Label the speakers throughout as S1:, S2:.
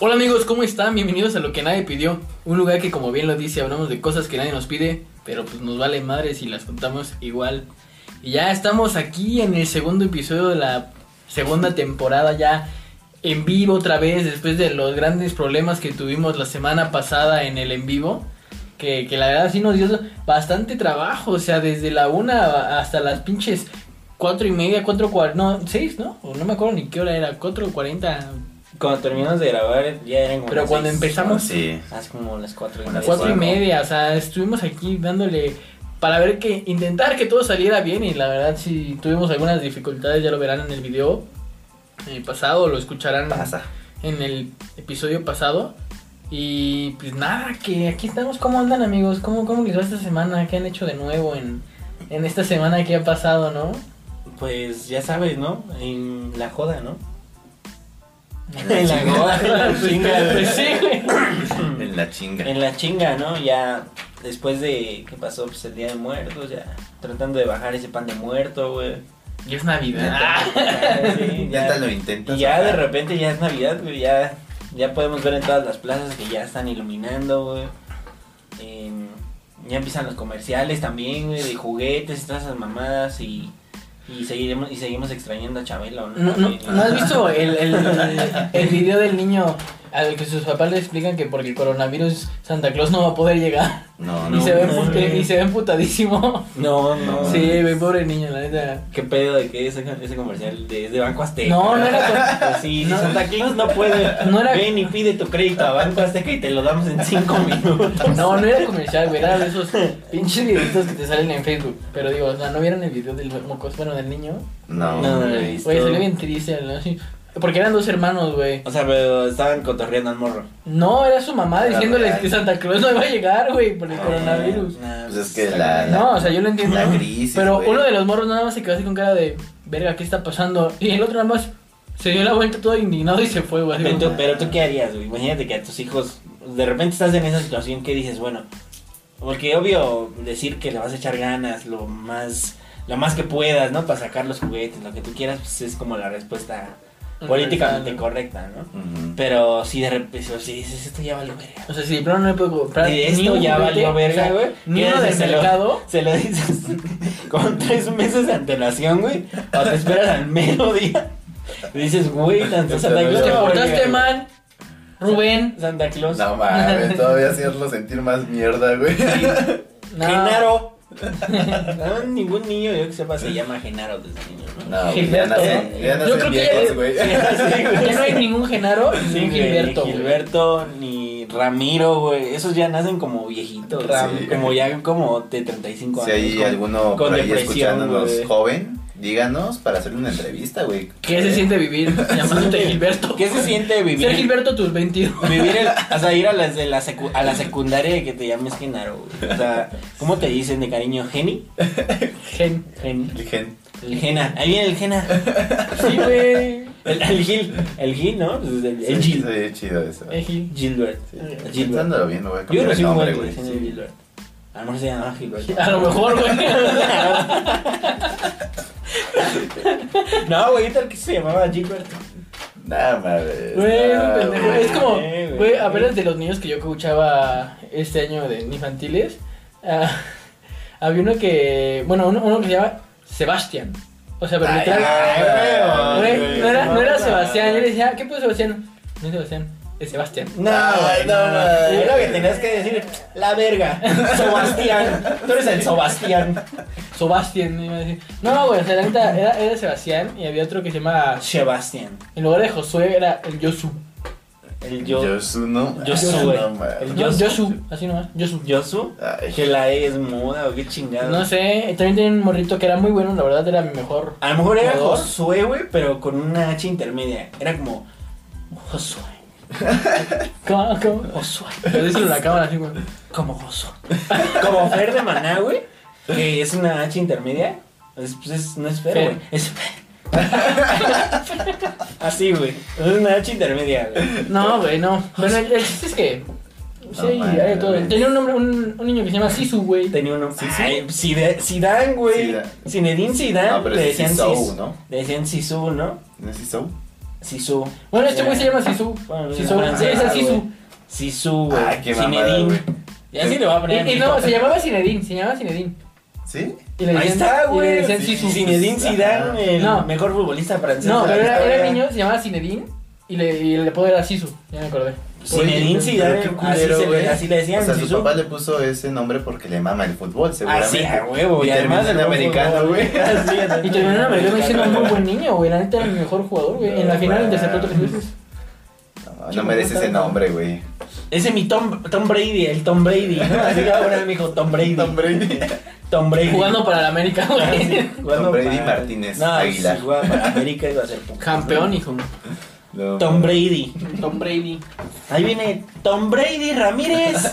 S1: Hola amigos, ¿cómo están? Bienvenidos a Lo que nadie pidió. Un lugar que como bien lo dice, hablamos de cosas que nadie nos pide, pero pues nos vale madre si las contamos igual. Y ya estamos aquí en el segundo episodio de la segunda temporada ya en vivo otra vez después de los grandes problemas que tuvimos la semana pasada en el en vivo. Que, que la verdad sí nos dio bastante trabajo, o sea, desde la una hasta las pinches cuatro y media, cuatro cuar- no, seis, ¿no? O no me acuerdo ni qué hora era, cuatro cuarenta
S2: Cuando terminamos de grabar ya eran como
S1: Pero
S2: las
S1: cuando
S2: seis.
S1: empezamos-
S3: Sí.
S2: Hace como las cuatro
S3: Como las
S1: cuatro y
S3: Bueno.
S1: media, o sea, estuvimos aquí dándole para ver que intentar que todo saliera bien y la verdad si tuvimos algunas dificultades ya lo verán en el video eh, pasado, lo escucharán
S3: Pasa.
S1: en el episodio pasado y pues nada, que aquí estamos, ¿cómo andan amigos? ¿Cómo, cómo les va esta semana? ¿Qué han hecho de nuevo en, en esta semana que ha pasado, no?
S2: Pues ya sabes, ¿no? En la joda, ¿no?
S1: En
S2: En la joda, en la chinga.
S1: Pues sí, güey.
S3: En la chinga.
S2: Mm. En la chinga, ¿no? Ya después de que pasó pues, el Día de Muertos, ya tratando de bajar ese pan de muerto, güey.
S1: Y es Navidad.
S2: Sí,
S3: Ya
S2: ya.
S3: te lo intentas.
S2: Y ya de
S3: ajá.
S2: repente ya es Navidad, güey. Ya, ya podemos ver en todas las plazas que ya están iluminando, güey. En- ya empiezan los comerciales también, güey, de juguetes y todas esas mamadas. Y, y, seguiremos, y seguimos extrañando a Chabelo, ¿no?
S1: ¿No, no,
S2: También,
S1: ¿no has visto el, el- el video del niño al que sus papás le explican que porque el coronavirus Santa Claus no va a poder llegar?
S3: No,
S1: Y,
S3: no.
S1: se, ve
S2: mames.
S1: emput- y se ve emputadísimo.
S2: No, no.
S1: Sí, güey, pobre niño, la neta.
S2: ¿Qué pedo de qué ese, ese comercial de, es de Banco Azteca?
S1: No, no era
S2: Pues sí, si
S1: no.
S2: Santa Claus no puede.
S1: No era-
S2: Ven y pide tu crédito a Banco Azteca y te lo damos en cinco minutos.
S1: No, no era comercial, güey, era de esos pinches videitos que te salen en Facebook. Pero digo, o sea, ¿no vieron el video del mocos, bueno, del niño?
S3: No.
S2: No, no lo he visto.
S1: Güey, salió bien triste, ¿no? Así- Porque eran dos hermanos, güey.
S2: O sea, pero estaban cotorreando al morro.
S1: No, era su mamá
S3: Era
S1: diciéndoles
S3: real.
S1: que Santa Claus no iba a llegar, güey, por el
S3: Ah.
S1: coronavirus.
S2: Nah,
S3: Pues es que la- la-
S1: No, o sea, yo lo entiendo.
S3: La crisis,
S1: Pero
S3: güey.
S1: uno de los morros nada más se quedó así con cara de, verga, ¿qué está pasando? Y el otro nada más se dio la vuelta todo indignado y se fue, güey. así
S2: Pero
S1: como,
S2: tú, pero tú qué harías, güey. Imagínate que a tus hijos, de repente estás en esa situación que dices, bueno, porque obvio decir que le vas a echar ganas, lo más, lo más que puedas, ¿no? Para sacar los juguetes, lo que tú quieras, pues es como la respuesta políticamente correcta, ¿no?
S3: Ujú.
S2: Pero si de repente, si dices, esto ya valió verga.
S1: O sea, si pero no le puedo comprar
S2: Y esto
S1: un
S2: ya
S1: juguete,
S2: valió verga,
S1: o sea,
S2: güey.
S1: Ni uno
S2: Quédese,
S1: del
S2: se lo-
S1: mercado.
S2: Se lo dices con tres meses de antelación, güey. O te esperas al mero día. Y dices, güey, tanto Santa
S3: Te
S1: Los
S2: Claus
S1: que
S2: ya valió
S1: portaste
S2: verga.
S1: mal, Rubén.
S2: Santa Claus.
S3: No mames, todavía hacerlo sentir más mierda, güey.
S1: No.
S2: Genaro. No, ningún niño yo que sepa se llama Genaro desde niño, ¿no?
S3: No, güey, ya nacen, ya
S1: Yo creo
S3: nacen
S1: que-
S3: viejos, güey.
S1: Ya no hay ningún Genaro ni
S2: Sí,
S1: un
S2: güey,
S1: Gilberto.
S2: Ni
S1: güey.
S2: Gilberto, ni Ramiro, güey. Esos ya nacen como viejitos.
S3: Ram-
S2: Sí. Como ya como de 35
S3: Si
S2: años.
S3: hay
S2: con-
S3: alguno
S2: con
S3: por ahí
S2: depresión,
S3: escuchándonos
S2: güey.
S3: joven, díganos para hacerle una entrevista, güey.
S1: ¿Qué se
S3: Eh,
S1: siente vivir llamándote Gilberto?
S2: ¿Qué se siente
S1: Ser
S2: vivir?
S1: Gilberto tus 22.
S2: Vivir el- o sea, ir a la, de la secu- a la secundaria y que te llames Genaro, güey. O sea, ¿cómo te dicen de cariño? ¿Geni?
S1: Gen.
S2: Geni.
S3: el gen-
S2: El Gena. Ahí viene el Gena.
S1: Sí, güey.
S2: El, el Gil. El Gil, ¿no? Pues El, el
S3: sí,
S2: Gil.
S3: sí, chido eso.
S1: Eh, Gil.
S2: Gilbert.
S3: Sí.
S1: Eh,
S2: Gilbert.
S3: Pensándolo bien, me voy a
S2: Yo
S3: cambiar
S2: no
S3: el
S2: soy un
S3: nombre,
S2: buen que
S3: güey.
S2: se llame Gilbert. A lo mejor se llama Gilbert.
S1: A lo mejor, güey.
S2: No, güey, tal que se llamaba Gilbert.
S3: Nada mames.
S1: Güey,
S3: nah,
S1: pendejo.
S3: güey.
S1: Es como,
S2: Eh,
S1: güey,
S2: güey.
S1: apenas de los niños que yo escuchaba este año de infantiles, ah, había uno que, bueno, uno, uno que se llama Sebastián. O sea, pero
S3: Ay,
S1: literal,
S3: ay,
S1: güey,
S3: güey,
S1: no era, no era
S2: no,
S1: Sebastián.
S2: no.
S1: Yo le decía, ¿qué puso Sebastián? No es Sebastián, es Sebastián.
S2: No,
S3: Ay,
S2: güey,
S3: no,
S2: no,
S3: no.
S2: no. Yo lo que tenías que decir, la verga. Sebastián. Tú eres el Sebastián.
S1: Sebastián, iba a decir. No, güey, o sea, la neta era, era Sebastián y había otro que se llama,
S2: Sebastián.
S1: en lugar de Josué, era el Yosu.
S2: El yo.
S3: Yosu, no.
S2: Yosu,
S3: Ah,
S2: güey.
S3: no mames.
S2: El
S1: No,
S2: Yosu.
S1: Yosu, así nomás, Yosu.
S2: Yosu.
S3: Ay.
S2: Que la E es muda o qué chingada.
S1: No sé, también tenía un morrito que era muy bueno, la verdad era mi mejor.
S2: A lo mejor era
S1: ¿Jugador?
S2: Josué, güey, pero con una H intermedia. Era como Josué.
S1: ¿Cómo, cómo?
S2: Josué.
S1: Pero díselo en la cámara así, güey.
S2: Como Josué. Como Fer de Maná, güey. Que es una H intermedia. Es- pues es- no es Fer,
S1: Fer.
S2: güey. Es Así, güey. Es una H intermedia, güey.
S1: No, güey, no. Bueno, el, el chiste es que. Sí,
S3: mames.
S1: hay de todo. Tenía un nombre, un, un niño que se llama Sisu, güey.
S2: Tenía uno.
S3: Sí, sí.
S2: Ay, Zida- Zidane, güey.
S3: Zidane.
S2: Zinedine Zidane.
S3: No, pero
S2: ¿Eh? le
S3: es
S2: decían
S3: Zizou,
S2: Sis-
S3: ¿no?
S2: Le decían Sisu, ¿no?
S3: ¿No es Iso?
S2: Sisu.
S1: Bueno, este güey
S2: Era-
S1: se llama Sisu.
S2: Bueno,
S1: Sisu.
S2: era
S1: Sí, es
S3: francés,
S1: Sisu.
S2: güey. Sisu, güey.
S3: Ah, qué mamada,
S2: Zinedine.
S3: güey.
S2: Y así le va a poner.
S1: Y, y no, se llamaba Zinedine, se llamaba Zinedine.
S3: ¿Sí?
S1: Y le
S2: Ahí
S1: decían,
S2: está,
S1: Y le
S2: güey.
S1: decían
S3: sí,
S1: Sisu.
S2: Zinedine
S3: Ajá.
S2: Zidane, el
S1: No.
S2: mejor futbolista francés.
S1: No,
S2: de la
S1: pero era,
S2: historia.
S1: era niño, se llamaba Zinedine y le, y el apodo era Sisu, ya me acordé.
S2: Zinedine Zidane,
S3: Pero qué
S2: así,
S3: culero,
S2: se le-
S3: güey.
S2: así le decían.
S3: O sea, su
S2: Sisu.
S3: papá le puso ese nombre porque le mama el fútbol,
S2: Así,
S3: seguramente.
S2: a huevo.
S3: Y terminó
S2: además
S3: en
S2: el buen
S3: americano,
S2: fútbol,
S3: güey.
S2: Así, además.
S1: Y terminó en americano siendo un muy buen niño, güey. La neta era mi mejor jugador, güey. En la final interceptó tres veces.
S3: No, no merece ese nombre, güey.
S2: Ese es mi Tom, Tom Brady, el Tom Brady. ¿no? Así que ahora mi hijo Tom Brady.
S3: Tom Brady.
S2: Tom Brady.
S1: Jugando para la América, güey.
S3: Tom Brady Martínez,
S2: No,
S3: Águila.
S2: si jugaba para América iba a ser puto.
S1: Campeón, hijo.
S3: No,
S2: Tom Brady.
S1: Tom Brady.
S2: Ahí viene Tom Brady Ramírez.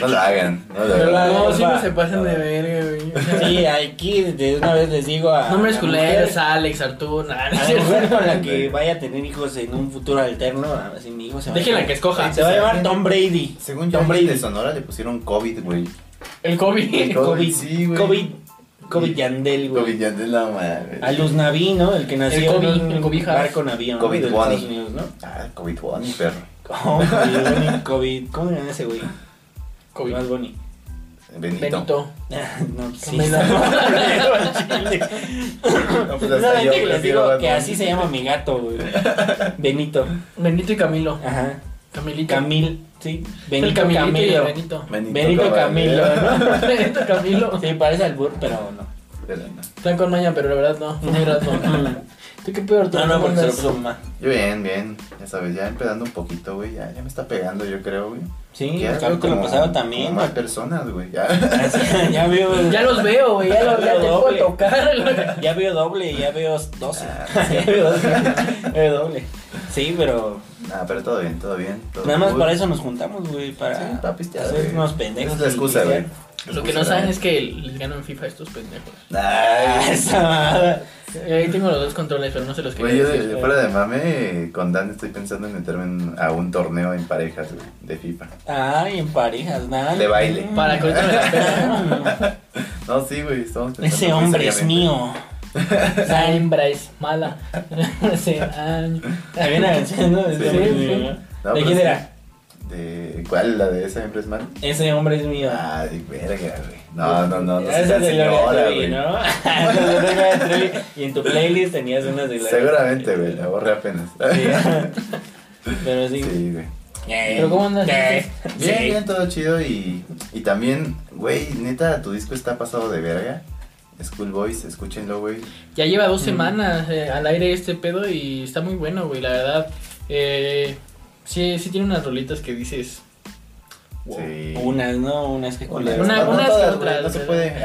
S3: No lo hagan. No lo
S2: No lo
S3: hagan.
S2: hagan.
S1: No, siempre se pasan de verga, güey. O sea,
S2: Sí, aquí de una vez les digo a.
S1: Nombres
S2: a
S1: culeros,
S2: mujer-
S1: Alex, Arturo, nada, no es
S2: A la mujer
S1: cierto.
S2: con la que vaya a tener hijos en un futuro alterno, así mi hijo se va a
S1: Déjenla
S2: llamar-
S1: que escoja.
S2: Se va a llamar Tom Brady.
S3: Según yo,
S2: Tom
S3: alguien
S2: Brady.
S3: de Sonora le pusieron COVID, güey.
S1: El COVID.
S2: COVID.
S3: sí, güey.
S2: COVID. COVID Yandel, güey.
S3: COVID, ya antes la madre.
S2: A Luz Naví, ¿no? El que nació
S1: Kobe,
S2: en
S1: el Kobe Harris.
S2: barco navío. ¿no?
S3: Kobe
S2: de
S3: Duane.
S2: Estados Unidos, ¿no?
S3: Ah, COVID, Bonnie, perro.
S2: Oh, Kobe, Kobe. ¿Cómo era ese güey?
S1: COVID.
S2: Más Bunny.
S3: Benito.
S1: Benito.
S2: Ah, No, pues sí.
S1: Me
S2: está
S1: da-
S2: mal, güey, al chile.
S3: No, pues hasta
S2: Solamente
S3: yo
S2: que les
S3: prefiero
S2: digo
S3: Bad
S2: que
S3: Bunny.
S2: así se llama mi gato, güey. Benito.
S1: Benito y Camilo.
S2: Ajá.
S1: Camilito.
S2: Camil, sí.
S1: El
S2: Benito
S1: Camilito y el
S2: Camilo. Eh.
S1: Benito.
S2: Benito Camilo, ¿no?
S1: Benito Camilo.
S2: Sí, parece albur, pero no.
S3: Pero no.
S1: Están con maña, pero la verdad no. Fue muy rato. ¿Tú qué peor?
S2: No, no, porque se lo puso mamá.
S3: Yo bien, bien. Ya sabes, ya empezando un poquito, güey. Ya, ya me está pegando, yo creo, güey.
S2: Sí,
S3: Ya
S2: claro
S3: veo
S2: que lo
S3: como-
S2: pasaba
S3: como
S2: también.
S3: más personas, güey. Ya.
S2: Ya veo.
S1: Ya los veo, güey. Ya, los, ya te puedo
S2: Doble.
S1: tocar.
S2: Ya veo doble, ya veo 12.
S3: Ah,
S2: ya veo doble. ya veo doble. Sí, pero
S3: Nah, pero todo bien, todo bien. todo
S2: nada más
S3: cool.
S2: para eso nos juntamos, güey, para
S3: Sí, para pistear,
S2: hacer
S3: güey.
S2: unos pendejos.
S3: Esa es la excusa,
S2: y-
S3: güey.
S1: Lo que no saben es que les gano en FIFA a estos pendejos.
S3: Nah,
S2: Ah, esa mamada.
S1: Eh, Ahí tengo los dos controles, pero no se los
S3: Güey,
S1: quería
S3: yo de-
S1: decir.
S3: de fuera de mame, con Dan estoy pensando en meterme en- a un torneo en parejas, güey, de FIFA.
S2: Ay, en parejas, nada.
S3: De baile.
S1: Para que ahorita me la
S2: Ah,
S3: No, sí, güey, estamos pensando.
S2: Ese
S3: muy
S2: hombre es
S3: seriamente.
S2: mío.
S1: La hembra es mala. Hace años.
S2: ¿Te viene a vencer, no?
S3: Sí,
S2: Ese hombre es
S1: sí.
S2: mío.
S3: No,
S2: ¿De
S3: pero
S2: quién
S3: sí.
S2: era?
S3: ¿De cuál? ¿La de esa empresa mal?
S2: Ese hombre es mío.
S3: Ah, de verga, güey. No, no, no, no
S2: Ese
S3: seas
S2: es de Gloria
S3: señora,
S2: Trevi,
S3: güey.
S2: ¿no? Ese es de Gloria Trevi. Y en tu playlist tenías unas de Gloria
S3: Seguramente,
S2: Trevi.
S3: güey, la borré apenas.
S2: Sí. Pero sí.
S3: Sí, güey.
S2: Eh,
S1: Pero ¿cómo andas?
S2: eh, sí.
S3: Bien, bien, todo chido y, y también, güey, neta, tu disco está pasado de verga. Schoolboys, escúchenlo, güey.
S1: Ya lleva
S2: Mm.
S1: dos semanas eh, al aire este pedo y está muy bueno, güey. La verdad, eh, sí, sí tiene unas rolitas que dices. wow.
S3: Sí.
S2: Unas, ¿no? Unas que
S3: Una,
S1: Una-
S3: no
S1: unas
S3: todas,
S1: y
S3: güey,
S1: otras,
S3: no se
S1: pero-
S3: puede.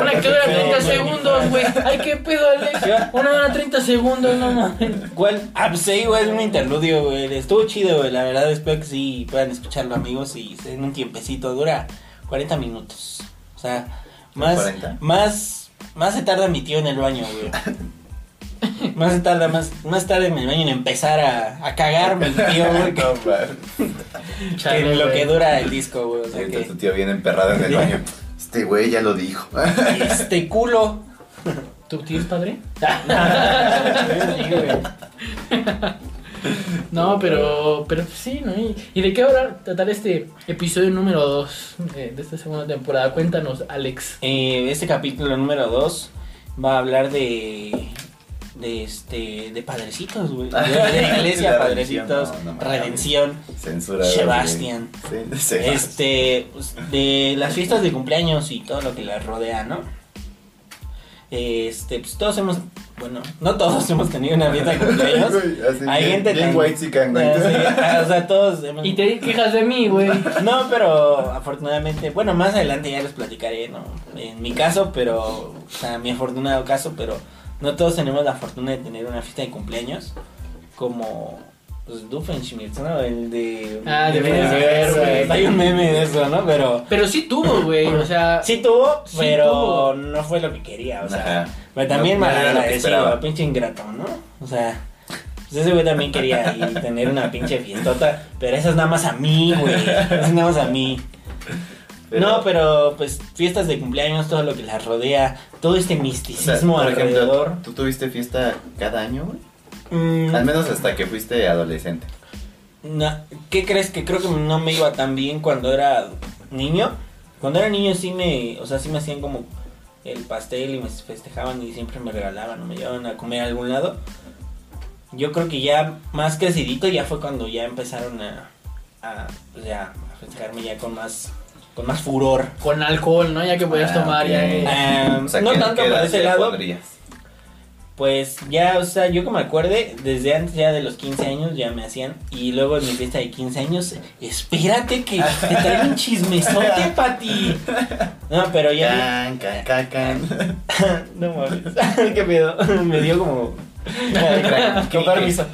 S1: Una que dura
S2: Pero,
S1: 30
S2: güey,
S1: segundos, güey. Ay, qué pedo, Alex. Una hora 30 segundos, no mames.
S2: ¿Cuál? Ah, pues sí, güey, es un interludio, güey. Estuvo chido, güey. La verdad, espero que sí puedan escucharlo, amigos. Y en un tiempecito, dura 40 minutos. O sea, más.
S3: 40.
S2: Más. Más se tarda mi tío en el baño, güey. Más se tarda, más, más tarda en el baño en empezar a, a cagar mi tío, güey. Que,
S3: No, man.
S2: que
S1: Chale,
S2: lo
S1: güey.
S2: que dura el disco, güey. O sea,
S3: Ahorita tu
S2: que,
S3: tío viene emperrado en el baño. Este güey ya lo dijo.
S2: este culo.
S1: ¿Tu tío es padre?
S2: Sí, güey.
S1: No, pero, pero sí, ¿no? ¿Y, y de qué ahora tratar este episodio número 2 de esta segunda temporada? Cuéntanos, Alex.
S2: Eh, este capítulo número 2 va a hablar de de este de padrecitos, güey. De, la iglesia,
S3: La religión,
S2: padrecitos,
S3: no, no mames.
S2: redención,
S3: Censura.
S2: Sebastián.
S3: Sí, Sebastián.
S2: este pues, de las fiestas de cumpleaños y todo lo que las rodea, ¿no? Este, pues todos hemos, bueno, no todos hemos tenido una fiesta de cumpleaños.
S3: Güey, así
S2: Hay
S3: bien-
S2: gente
S3: bien
S2: tan-
S3: white chican, güey.
S2: Sí, o sea, todos hemos-
S1: Y te quejas de mí, güey.
S2: no, pero afortunadamente, bueno, más adelante ya les platicaré, ¿no? En mi caso, pero, o sea, mi afortunado caso, pero no todos tenemos la fortuna de tener una fiesta de cumpleaños como, pues, Doofenshmirtz, ¿no? El de...
S1: Ah, de
S2: Venus
S1: Venus
S2: Reversa,
S1: Reversa.
S2: Hay un meme de eso, ¿no? Pero...
S1: Pero sí tuvo, güey. O sea,
S2: Sí tuvo,
S1: Sí
S2: pero
S1: tuvo.
S2: no fue lo que quería, o sea...
S3: Ajá.
S2: Pero también
S3: No,
S2: mal
S3: no era lo que
S2: agradecido,
S3: esperaba.
S2: pinche ingrato, ¿no? O sea... Pues ese güey también quería ahí tener una pinche fiestota, pero eso es nada más a mí, güey. Eso es nada más a mí.
S3: Pero-
S2: No, pero pues fiestas de cumpleaños, todo lo que las rodea, todo este
S3: O sea,
S2: misticismo
S3: por ejemplo,
S2: alrededor.
S3: ¿tú tuviste fiesta cada año, güey?
S2: Mm,
S3: Al menos hasta que fuiste adolescente.
S2: na- ¿Qué crees? Que creo que no me iba tan bien cuando era niño. Cuando era niño sí me, o sea, sí me hacían como el pastel y me festejaban y siempre me regalaban o me llevaban a comer a algún lado. Yo creo que ya más crecidito ya fue cuando ya empezaron a, a, pues, ya, a festejarme ya con más, con más furor.
S1: Con alcohol, ¿no? Ya que podías
S3: Ah,
S1: tomar, ya. eh,
S3: ok.
S1: que-
S2: Ah,
S3: Em, O sea,
S2: no
S3: ¿qué-
S2: tanto
S3: qué
S2: por
S3: edad
S2: ese
S3: ya
S2: lado.
S3: podrías?
S2: Pues ya, o sea, yo que me acuerde, desde antes ya de los 15 años ya me hacían. Y luego en mi fiesta de 15 años, espérate que te traen un chismesote, Pati. No, pero ya.
S3: Can, can, can, can.
S2: no mames. Qué pedo. me dio como.
S3: Con permiso.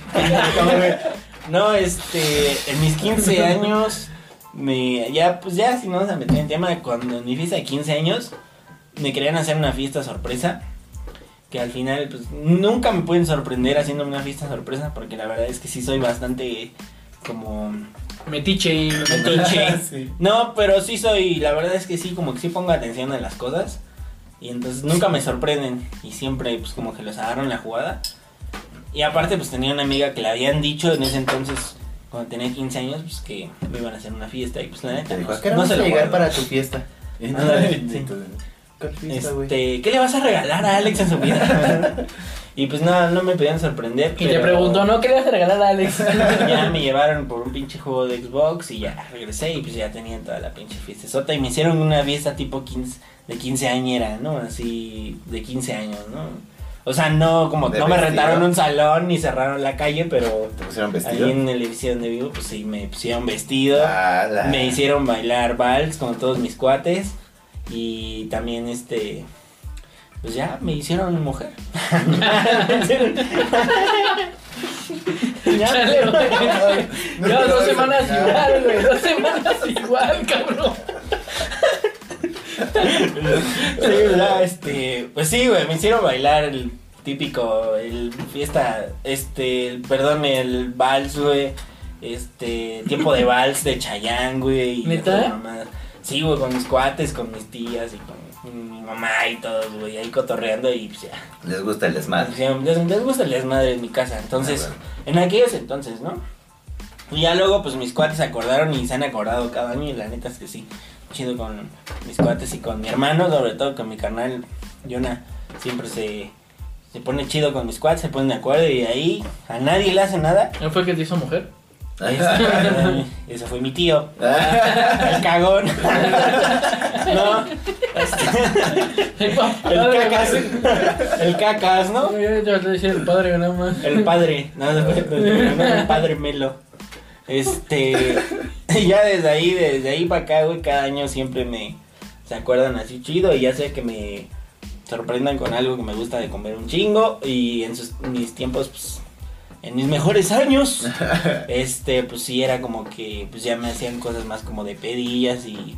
S2: no, este. En mis 15 años, me. Ya, pues ya, si no vamos a meter en tema, cuando en mi fiesta de 15 años, me querían hacer una fiesta sorpresa. Que al final, pues nunca me pueden sorprender haciéndome una fiesta sorpresa, porque la verdad es que sí soy bastante. Como.
S1: Metiche.
S2: metiche.
S3: Sí.
S2: No, pero sí soy. La verdad es que sí, como que sí pongo atención a las cosas. Y entonces nunca me sorprenden. Y siempre, pues como que los agarran la jugada. Y aparte, pues tenía una amiga que le habían dicho en ese entonces, cuando tenía 15 años, pues que me iban a hacer una fiesta. Y pues la neta,
S3: Te
S2: no,
S3: dijo, ¿a qué hora
S2: no
S3: vas
S2: se
S3: a
S2: lo
S3: llegar
S2: guardo.
S3: para tu fiesta? Y tú,
S2: Ándale,
S3: y
S2: sí.
S3: tú, ¿Cuál fiesta, güey?
S2: Este, ¿Qué le vas a regalar a Alex en su vida? y pues nada, no me podían sorprender.
S1: Y te
S2: pero
S1: preguntó, ¿no querías regalar a Alex?
S2: Ya me llevaron por un pinche juego de Xbox y ya regresé y pues ya tenían toda la pinche fiesta sota y me hicieron una fiesta tipo 15, de 15 añera, ¿no? Así de 15 años, ¿no? O sea, no como
S3: ¿De
S2: no me
S3: vestido?
S2: rentaron un salón ni cerraron la calle, pero
S3: ¿Te pusieron
S2: ahí
S3: vestido? Ah,
S2: en el edificio donde vivo pues sí me pusieron vestido.
S3: Ala.
S2: Me hicieron bailar vals con todos mis cuates y también este pues ya me hicieron mujer. Ya.
S1: Chale, güey.
S3: No
S1: Ya,
S3: te
S1: dos
S3: vas a
S1: semanas
S3: sacar.
S1: igual, güey. Dos semanas igual, cabrón.
S2: Sí, ¿verdad? Este, pues sí, güey, me hicieron bailar el típico, el fiesta, este, el- perdón, el vals, güey, este, tiempo de vals de Chayán, güey. y
S1: ¿Neta?
S2: otras mamadas. Sí, güey, con mis cuates, con mis tías y con mi mamá y todos, güey, ahí cotorreando y pues ya. Pues,
S3: Les gusta el desmadre.
S2: Sí, Les, les gusta el desmadre en mi casa, entonces,
S3: Ah, bueno.
S2: en aquellos entonces, ¿no? Y ya luego, pues mis cuates se acordaron y se han acordado cada año y la neta es que sí. Chido con mis cuates y con mi hermano, sobre todo con mi carnal Yona. Siempre se, se pone chido con mis cuates, se ponen de acuerdo y ahí a nadie le hace nada.
S1: ¿No fue que te hizo mujer?
S3: Ah,
S2: Este, Ese fue mi tío. El cagón. No,
S1: El pa-
S2: el
S1: padre,
S2: cacas.
S1: güey.
S2: El cacas, ¿no?
S1: No, yo te voy a decir el padre nada más.
S2: El padre, no, no, no, no, no, el padre Melo. Este, y ya desde ahí, desde ahí para acá, güey, cada año siempre me se acuerdan así chido y ya sé que me sorprendan con algo que me gusta de comer un chingo y en sus- mis tiempos, pues, en mis mejores años, este, pues sí era como que, pues ya me hacían cosas más como de pedillas y,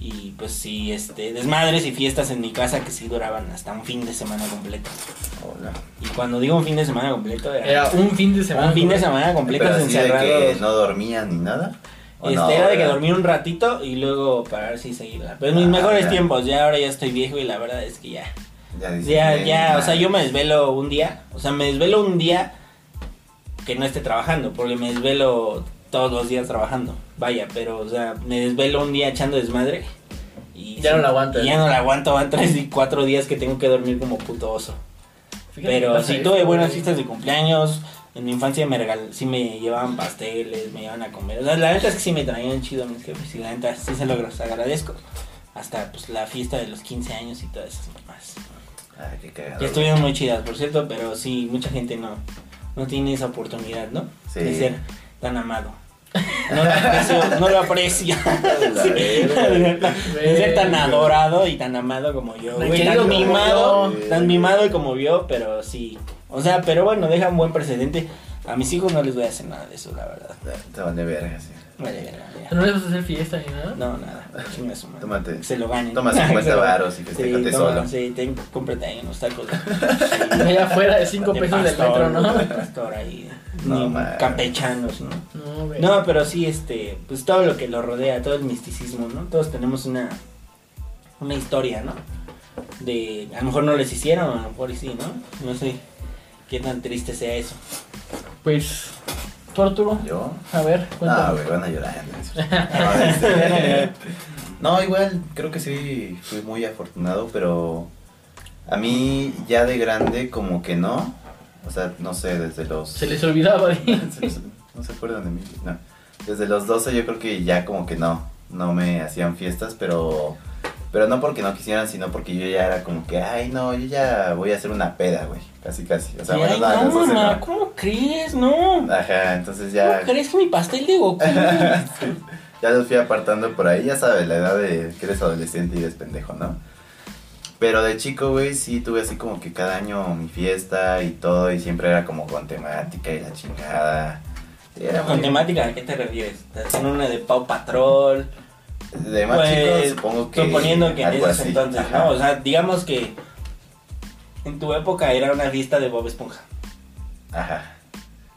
S2: y pues sí, este, desmadres y fiestas en mi casa que sí duraban hasta un fin de semana completo.
S3: Hola.
S2: Y cuando digo un fin de semana completo, era,
S1: Era un fin de semana.
S2: un fin de
S1: güey.
S2: semana completo
S3: Pero así de que
S2: encerrados.
S3: no dormían ni nada. ¿o
S2: Este,
S3: no?
S2: era de que
S3: ¿verdad?
S2: dormir un ratito y luego parar si seguirla. Pero mis
S3: Ah,
S2: mejores
S3: ya.
S2: tiempos, ya ahora ya estoy viejo y la verdad es que ya.
S3: Ya, dices,
S2: Ya,
S3: "Ven,
S2: ya, o sea,
S3: madre".
S2: yo me desvelo un día. O sea, me desvelo un día que no esté trabajando, porque me desvelo todos los días trabajando. Vaya, pero, o sea, me desvelo un día echando desmadre. Y
S1: Ya no lo ¿eh? aguantas.
S2: y ya no la aguanto, van tres y cuatro días que tengo que dormir como puto oso.
S1: Fíjate qué
S2: Pero
S1: pasa
S2: sí
S1: esto,
S2: tuve buenas
S1: güey.
S2: fiestas de cumpleaños. En mi infancia me regal, sí me llevaban pasteles, me llevaban a comer. O sea, la neta es que sí me traían chido mis jefes y la neta pues, sí se los agradezco. Hasta pues la fiesta de los 15 años y todas esas mamás.
S1: Ah,
S3: Ay, qué cagado.
S2: Que estuvieron muy chidas, por cierto, pero sí, mucha gente no, no tiene esa oportunidad, ¿no?
S3: Sí.
S2: De ser tan amado. No lo aprecio, no lo aprecio.
S3: La verga.
S2: De ser tan adorado y tan amado como yo,
S1: Tan
S2: güey,
S1: querido
S2: Tan
S1: como
S2: mimado,
S3: yo.
S2: tan mimado y como yo, pero sí. O sea, pero bueno, deja un buen precedente. A mis hijos no les voy a hacer nada de eso, la verdad.
S3: Te van de verga, sí.
S2: Vale, verga, ya.
S1: ¿No le vas a hacer fiesta ni nada?
S2: No, nada. Chinga su madre.
S3: Tómate.
S2: Se lo ganen.
S3: Toma
S2: Se
S3: 50
S2: lo-
S3: varos y festéjate
S2: sí,
S3: solo.
S2: toma, Sí, ten, cómprate ahí unos tacos. de-
S1: Allá afuera de 5
S2: de
S1: pesos del metro,
S2: pastor,
S1: ¿no?
S2: de pastor ahí.
S3: No,
S2: ni
S3: man.
S2: campechanos, ¿no?
S1: No, güey.
S2: No, pero sí, este, pues todo lo que lo rodea, todo el misticismo, ¿no? Todos tenemos una, una historia, ¿no? De, a lo mejor no les hicieron, a lo mejor y sí, ¿no? No sé qué tan triste sea eso.
S1: Pues, tú Arturo,
S3: ¿Yo?
S1: a ver, cuéntame.
S3: No, Ah, güey, van a llorar. no es cierto. No, este, no, igual, creo que sí fui muy afortunado, pero a mí ya de grande como que no. O sea, no sé, desde los...
S1: Se les olvidaba. de-
S3: Se les- no se acuerdan de mí. No. Desde los 12 yo creo que ya como que no, no me hacían fiestas, pero pero no porque no quisieran, sino porque yo ya era como que, ay, no, yo ya voy a hacer una peda, güey. Casi, casi. O sea, bueno,
S2: Ay,
S3: no, a
S2: no,
S3: los 12 no.
S2: mamá, ¿cómo crees? No.
S3: Ajá, entonces
S2: ¿Cómo
S3: ya...
S2: crees que mi pastel de Goku?
S3: Sí. Ya los fui apartando por ahí, ya sabes, la edad de que eres adolescente y eres pendejo, ¿no? Pero de chico, güey, sí tuve así como que cada año mi fiesta y todo, y siempre era como con temática y la chingada. Y era
S2: Con
S3: muy-
S2: temática, ¿a qué te refieres? ¿Estás en una de Pau Patrol?
S3: De más
S2: Pues,
S3: chico, supongo que.
S2: Suponiendo que en
S3: algo
S2: esos
S3: así.
S2: entonces,
S3: Ajá.
S2: ¿no? O sea, digamos que en tu época era una fiesta de Bob Esponja.
S3: Ajá.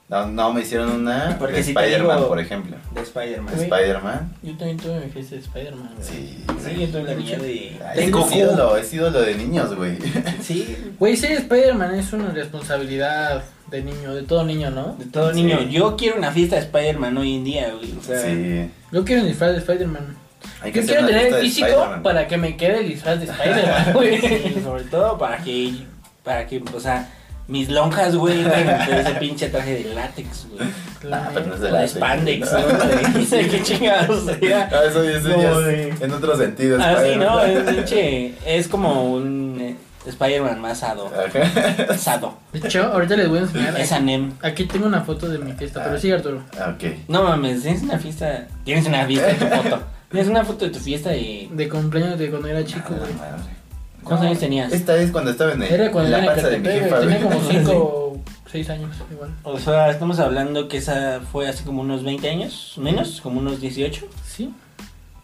S3: No, no, me hicieron una
S2: Porque
S3: de
S2: si te
S3: Spider-Man,
S2: digo-
S3: por ejemplo.
S2: De Spider-Man.
S1: Güey.
S3: Spider-Man.
S1: Yo también tuve mi fiesta de Spider-Man. güey.
S3: Sí.
S2: Sí, yo tuve la niña de.
S3: Ay,
S1: Tengo
S3: es ídolo, es ídolo de niños, güey.
S2: Sí,
S1: Güey, ser Spider-Man es una responsabilidad de niño, de todo niño, ¿no?
S2: de todo
S3: Sí.
S2: niño. Yo quiero una fiesta de Spider-Man hoy en día, güey. O sea,
S3: Sí.
S1: Yo quiero el disfraz de Spider-Man.
S3: Hay
S1: Yo
S3: hacer
S1: quiero
S3: una
S1: tener el
S3: fiesta de
S1: físico
S3: Spider-Man.
S1: para que me quede el disfraz de Spider-Man,
S2: sí,
S1: güey.
S2: sobre todo para que. Para que, o sea, mis lonjas, güey, eran de ese pinche traje de látex, güey.
S3: Ah, pero no es
S2: O de
S3: de la
S2: spandex, ¿no? De, de qué chingados era.
S3: Ah, eso ya eso
S2: Como
S3: ya es
S2: de-
S3: en otro sentido.
S2: Ah, sí,
S3: Spider-Man.
S2: no, es pinche. Es como un eh, Spider-Man más sado.
S3: Ajá.
S2: Sado.
S1: De hecho, ahorita les voy a enseñar.
S2: Es anem.
S1: Aquí tengo una foto de mi fiesta, pero
S3: Ah.
S1: sí, Arturo.
S3: Ah, ok.
S2: No mames, tienes una fiesta. Tienes una fiesta de tu foto. Tienes una foto de tu fiesta y.
S1: De cumpleaños de cuando era chico,
S3: Ah,
S1: güey.
S3: la madre.
S2: ¿Cuántos años tenías?
S3: Esta es cuando estaba en, el-
S1: Era cuando
S3: en la
S1: era en
S3: panza de mi
S1: Ecatepec,
S3: jefa,
S1: güey.
S3: güey.
S1: Tenía como 5 o 6 años, igual.
S2: O sea, estamos hablando que esa fue hace como unos 20 años, menos, como unos 18.
S1: Sí.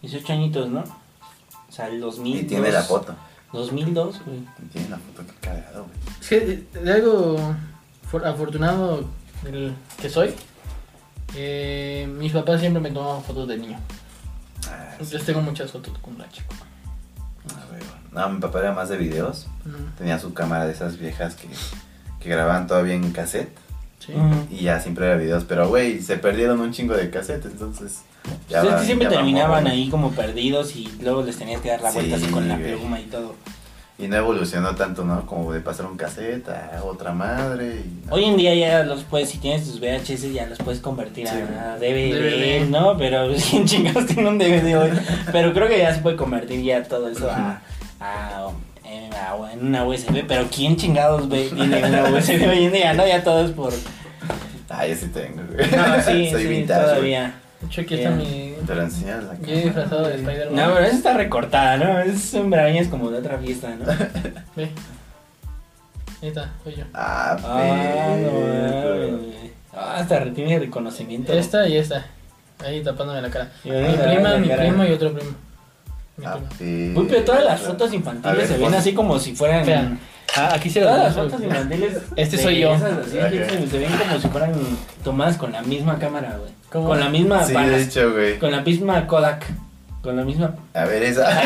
S2: 18 añitos, ¿no? O sea, el 2002.
S3: Y tiene la foto.
S2: 2002, güey.
S3: Y Tiene la foto que cagado, güey.
S1: Es que de- de algo for- afortunado del que soy, eh, mis papás siempre me tomaban fotos de niño.
S3: Ah, sí,
S1: Entonces tengo muchas fotos con la chica.
S3: ah, güey. No, mi papá era más de videos.
S1: Mm,
S3: Tenía su cámara de esas viejas que, que grababan todavía en cassette.
S1: Sí.
S2: Ujú.
S3: Y ya siempre era videos. Pero, güey, se perdieron un chingo de cassette. Entonces, ya.
S2: Pues es
S3: va-
S2: que siempre
S3: ya va
S2: terminaban
S3: mamón.
S2: ahí como perdidos y luego les tenías que dar la vuelta
S3: Sí,
S2: así con la
S3: güey.
S2: pluma y todo.
S3: Y no evolucionó tanto, ¿no? Como de pasar un cassette a otra madre. Y,
S2: Hoy en día ya los puedes, si tienes tus VHS, ya los puedes convertir
S3: Sí.
S2: a
S1: DVD.
S2: DVD, ¿no? Pero pues, ¿quién chingados tiene un DVD hoy? Pero creo que ya se puede convertir ya todo eso a, a, eh, a- en una USB. Pero ¿quién chingados ve, tiene una USB hoy en día, no? Ya todo es por...
S3: Ah, yo sí tengo, güey.
S2: No, sí, sí,
S3: vintage,
S2: todavía.
S1: De hecho, aquí está
S2: Bien.
S1: mi.
S3: güey. Te lo enseñas la
S1: Yo he disfrazado de Spider-Man.
S2: No, pero esa está recortada, ¿no? Es un brañas como de otra fiesta, ¿no?
S1: Ve. Ahí está, soy yo.
S3: Ah,
S2: Ah, no,
S3: perro.
S2: güey. Ah, hasta retiene reconocimiento.
S1: Esta y esta. Ahí tapándome la cara.
S2: Y
S1: Mi
S2: ahí la-
S1: prima,
S2: la
S1: mi
S2: cara.
S1: primo y otro primo. Mi
S3: Ah,
S1: primo.
S3: perro.
S2: Uy, pero todas las fotos
S3: A
S2: infantiles
S3: ver, pues,
S2: se ven
S3: pon-
S2: así como si fueran...
S1: Espera. Ah, aquí se
S2: Todas
S1: las
S2: las
S1: paso.
S2: fotos infantiles.
S1: Este
S2: de
S1: soy yo.
S2: esas así,
S3: Ok.
S2: se, se ven como si fueran tomadas con la misma cámara, güey.
S1: ¿Cómo?
S2: Con la misma
S3: Sí,
S2: palas,
S3: de hecho, güey.
S2: Con la misma Kodak. Con la misma.
S3: A ver, esa.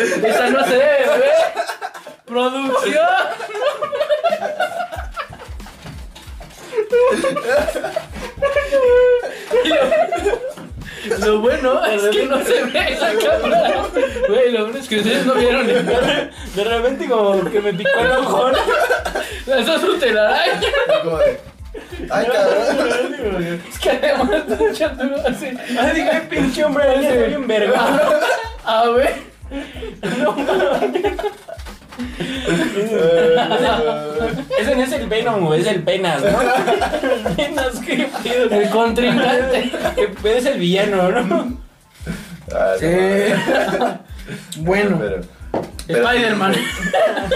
S1: Esa no se debe, ¿eh? ¡Producción! Lo-
S2: Pues
S1: Lo bueno es que no se ve esa cámara. Güey, lo bueno es que ustedes no vieron el perro.
S2: De repente, como que me picó el ojo. ¿no?
S1: Eso es un telaraño.
S3: Como de- Ay, cabrón.
S1: Es que además tú echándolo así.
S2: Ay, dije, "Ay, pinche hombre, ahí estoy en verga.
S1: A ver.
S2: Ese no es el Venom, güey, es el Penas, ¿no? Penas, qué pedo.
S1: El contrincante.
S2: Que pedo es el villano, ¿no?
S3: Ah, no,
S1: Bueno,
S3: Pero, pero-
S1: Spider-Man.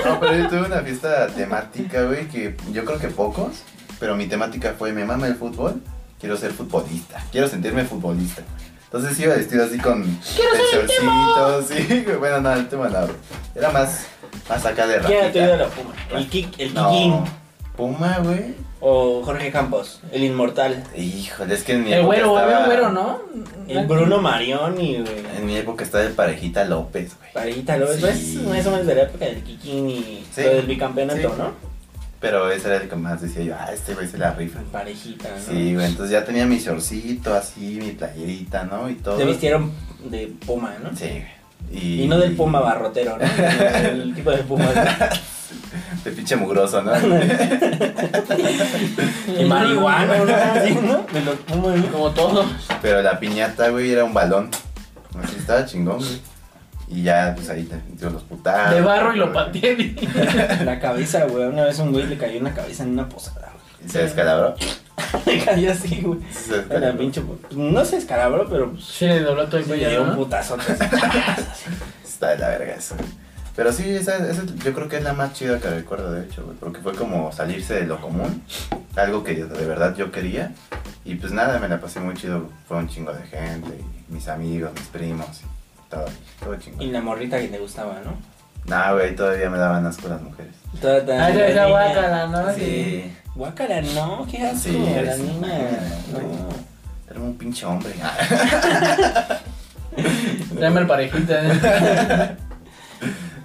S3: No, pero yo tuve una fiesta temática, güey, que yo creo que pocos. Pero mi temática fue me mama el fútbol quiero ser futbolista, quiero sentirme futbolista. Entonces iba vestido así con shortcitos, sí, güey, bueno, no, el tema no, güey. Era más, más acá de
S2: ¿Quién era tu
S3: ratita.
S2: ídolo, Puma? El, kick, el Kikín
S3: No, Puma, güey.
S2: o Jorge Campos, el inmortal.
S3: Híjole, es que en mi
S1: El
S3: época
S1: güero, había
S3: estaba,
S1: un güero, ¿no?
S2: El Bruno Marioni, güey.
S3: En mi época estaba el parejita López, güey.
S2: Parejita López, ¿no?
S3: Sí.
S2: es más o menos de la época del Kikín y
S3: Sí.
S2: lo del bicampeonato,
S3: Sí.
S2: ¿no?
S3: Pero ese era el que más decía yo, ah, este güey se la rifa.
S2: Parejita, ¿no?
S3: Sí, güey, entonces ya tenía mi shortcito así, mi playerita, ¿no? Y todo.
S2: Se vistieron de Puma, ¿no?
S3: Sí, güey. Y,
S2: Y no del Puma barrotero, ¿no? El tipo de Puma. ¿no?
S3: De pinche mugroso, ¿no?
S2: Y marihuana, ¿no? Así, ¿no? De los Pumas, ¿no?
S1: Como todos.
S3: Pero la piñata, güey, era un balón. Así estaba chingón, güey. Y ya, pues ahí te metió los putados.
S1: De barro y lo pateé.
S2: La cabeza, güey. Una vez un güey le cayó una cabeza en una posada,
S3: Y se descalabró.
S2: güey. Le cayó así, güey.
S3: Se descalabró.
S2: Era pinche. pues, No se escalabró, pero pues,
S1: Sí, le dobló todo el
S2: sí, le
S1: cuello,
S2: dio un
S1: ¿no?
S2: putazo.
S3: Está de la verga eso. güey. Pero sí, esa, esa yo creo que es la más chida que recuerdo, de hecho, güey. Porque fue como salirse de lo común. Algo que de verdad yo quería. Y pues nada, me la pasé muy chido. güey. Fue un chingo de gente. y mis amigos, mis primos. Y todo, todo
S2: Y
S3: chingo.
S2: la morrita que te gustaba, ¿no?
S3: Nah, güey, todavía me daban asco las mujeres.
S2: Toda tan-
S1: Ah, esa- esa
S2: niña.
S1: guácala, ¿no?
S3: Sí.
S2: Guácala, no, qué asco.
S3: Sí,
S2: la
S3: eres
S2: niña.
S3: No, era un pinche hombre.
S1: Tráeme el parejita. ¿eh?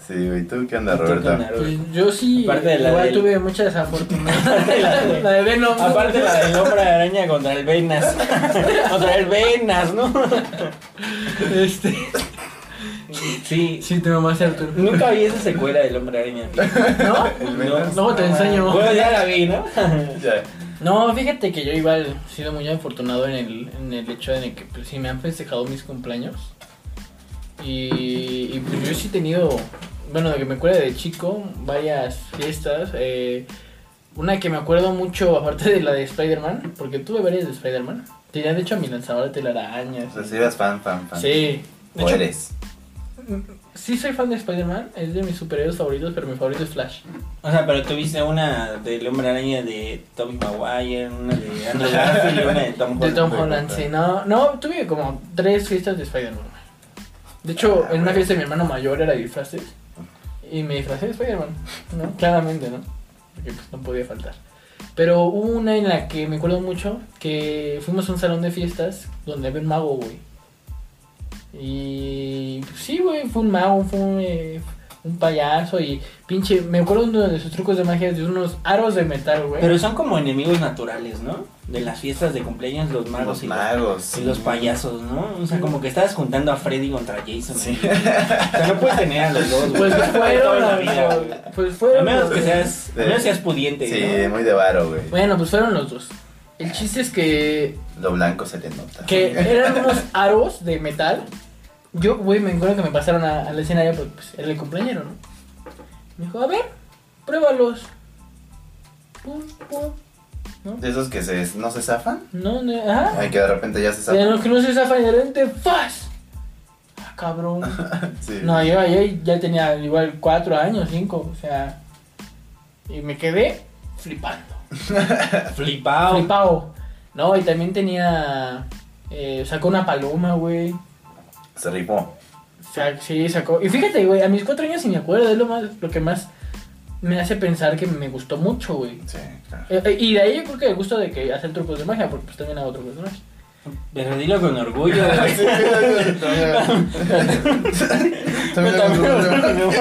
S3: Sí, güey, ¿tú qué onda,
S2: ¿Y tú qué
S3: Roberto?
S2: onda, Roberto?
S1: Pues yo sí,
S2: Aparte de la
S1: igual
S2: del-
S1: tuve mucha desafortunidad.
S2: Aparte de la de-
S1: la de Venom. ¿no?
S2: Aparte la del hombre araña contra el Venas. contra el Venas, ¿no?
S1: Este,
S2: Sí.
S1: sí, te mamaste, Arturo.
S2: Nunca vi esa secuela del hombre araña. fíjate.
S1: ¿No?
S3: El
S2: No.
S3: Venas.
S1: Luego te enseño.
S2: Bueno, pues, ya la vi, ¿no?
S3: Ya.
S1: No, fíjate que yo igual he sido muy afortunado en el, en el hecho de que pues, sí me han festejado mis cumpleaños. Y, y, pues yo sí he tenido, bueno, de que me acuerdo de chico, varias fiestas. eh, una que me acuerdo mucho, aparte de la de Spider-Man, porque tuve varias de Spider-Man. Tenía de hecho a mi lanzador de telarañas.
S3: O sea, si eras fan, fan, fan.
S1: Sí. De
S3: O
S1: hecho,
S3: eres.
S1: sí soy fan de Spider-Man, es de mis superhéroes favoritos, pero mi favorito es Flash.
S2: O sea, pero tuviste una del hombre araña de Tobey Maguire, una de Andrew Garfield y una de Tom
S1: De
S2: Holland.
S1: Tom
S3: Holland,
S1: Holland,
S3: güey.
S1: sí, no, no, tuve como tres fiestas de Spider-Man. De hecho,
S3: Ah,
S1: en una
S3: güey.
S1: fiesta de mi hermano mayor era de disfraces y me disfracé de Spider-Man, ¿no? Claramente, ¿no? Porque pues no podía faltar. Pero hubo una en la que me acuerdo mucho que fuimos a un salón de fiestas donde había un mago, güey. Y pues, sí, güey, fue un mago, fue un, eh, un payaso y pinche, me acuerdo uno de sus trucos de magia de unos aros de metal, güey.
S2: Pero son como enemigos naturales, ¿no? De las fiestas de cumpleaños, los magos
S3: Los
S2: y los-
S3: magos.
S2: Y los payasos, ¿no? O sea, como que estabas juntando a Freddy contra Jason.
S3: Sí.
S2: güey. O sea, no puedes tener a los dos. güey.
S1: Pues
S2: Toda
S1: fueron,
S2: la vida,
S1: amigos,
S2: güey.
S1: pues fueron.
S2: A menos
S1: los
S2: que
S1: dos.
S2: seas, a menos seas pudiente,
S3: Sí,
S2: ¿no?
S3: muy de varo, güey.
S1: Bueno, pues fueron los dos. El chiste es que,
S3: Lo blanco se le nota.
S1: que eran unos aros de metal. Yo, güey, me acuerdo que me pasaron a, a la escena ya, pues, pues, era el compañero, ¿no? Me dijo, a ver, pruébalos. Pum, pum.
S3: De esos que se, no se zafan.
S1: No, no, ajá.
S3: Ay, que de repente ya se
S1: De
S3: zafan.
S1: los que no se zafan de repente, ¡fas! Ah, cabrón.
S3: Sí.
S1: No, yo ayer ya tenía igual cuatro años, cinco, o sea. Y me quedé flipando.
S2: Flipado.
S1: Flipao. No, y también tenía. eh, sacó una paloma, güey.
S3: Se rifó.
S1: O sea, sí, sacó. Y fíjate, güey, a mis cuatro años sí me acuerdo, es lo, más, lo que más me hace pensar que me gustó mucho, güey.
S3: Sí, claro.
S1: Eh, eh, y de ahí yo creo que el gusto de que hacer trucos de magia, porque pues también hago trucos de magia.
S2: Pero dilo con orgullo. güey.
S3: Sí, también-
S2: Yo también hablo con orgullo.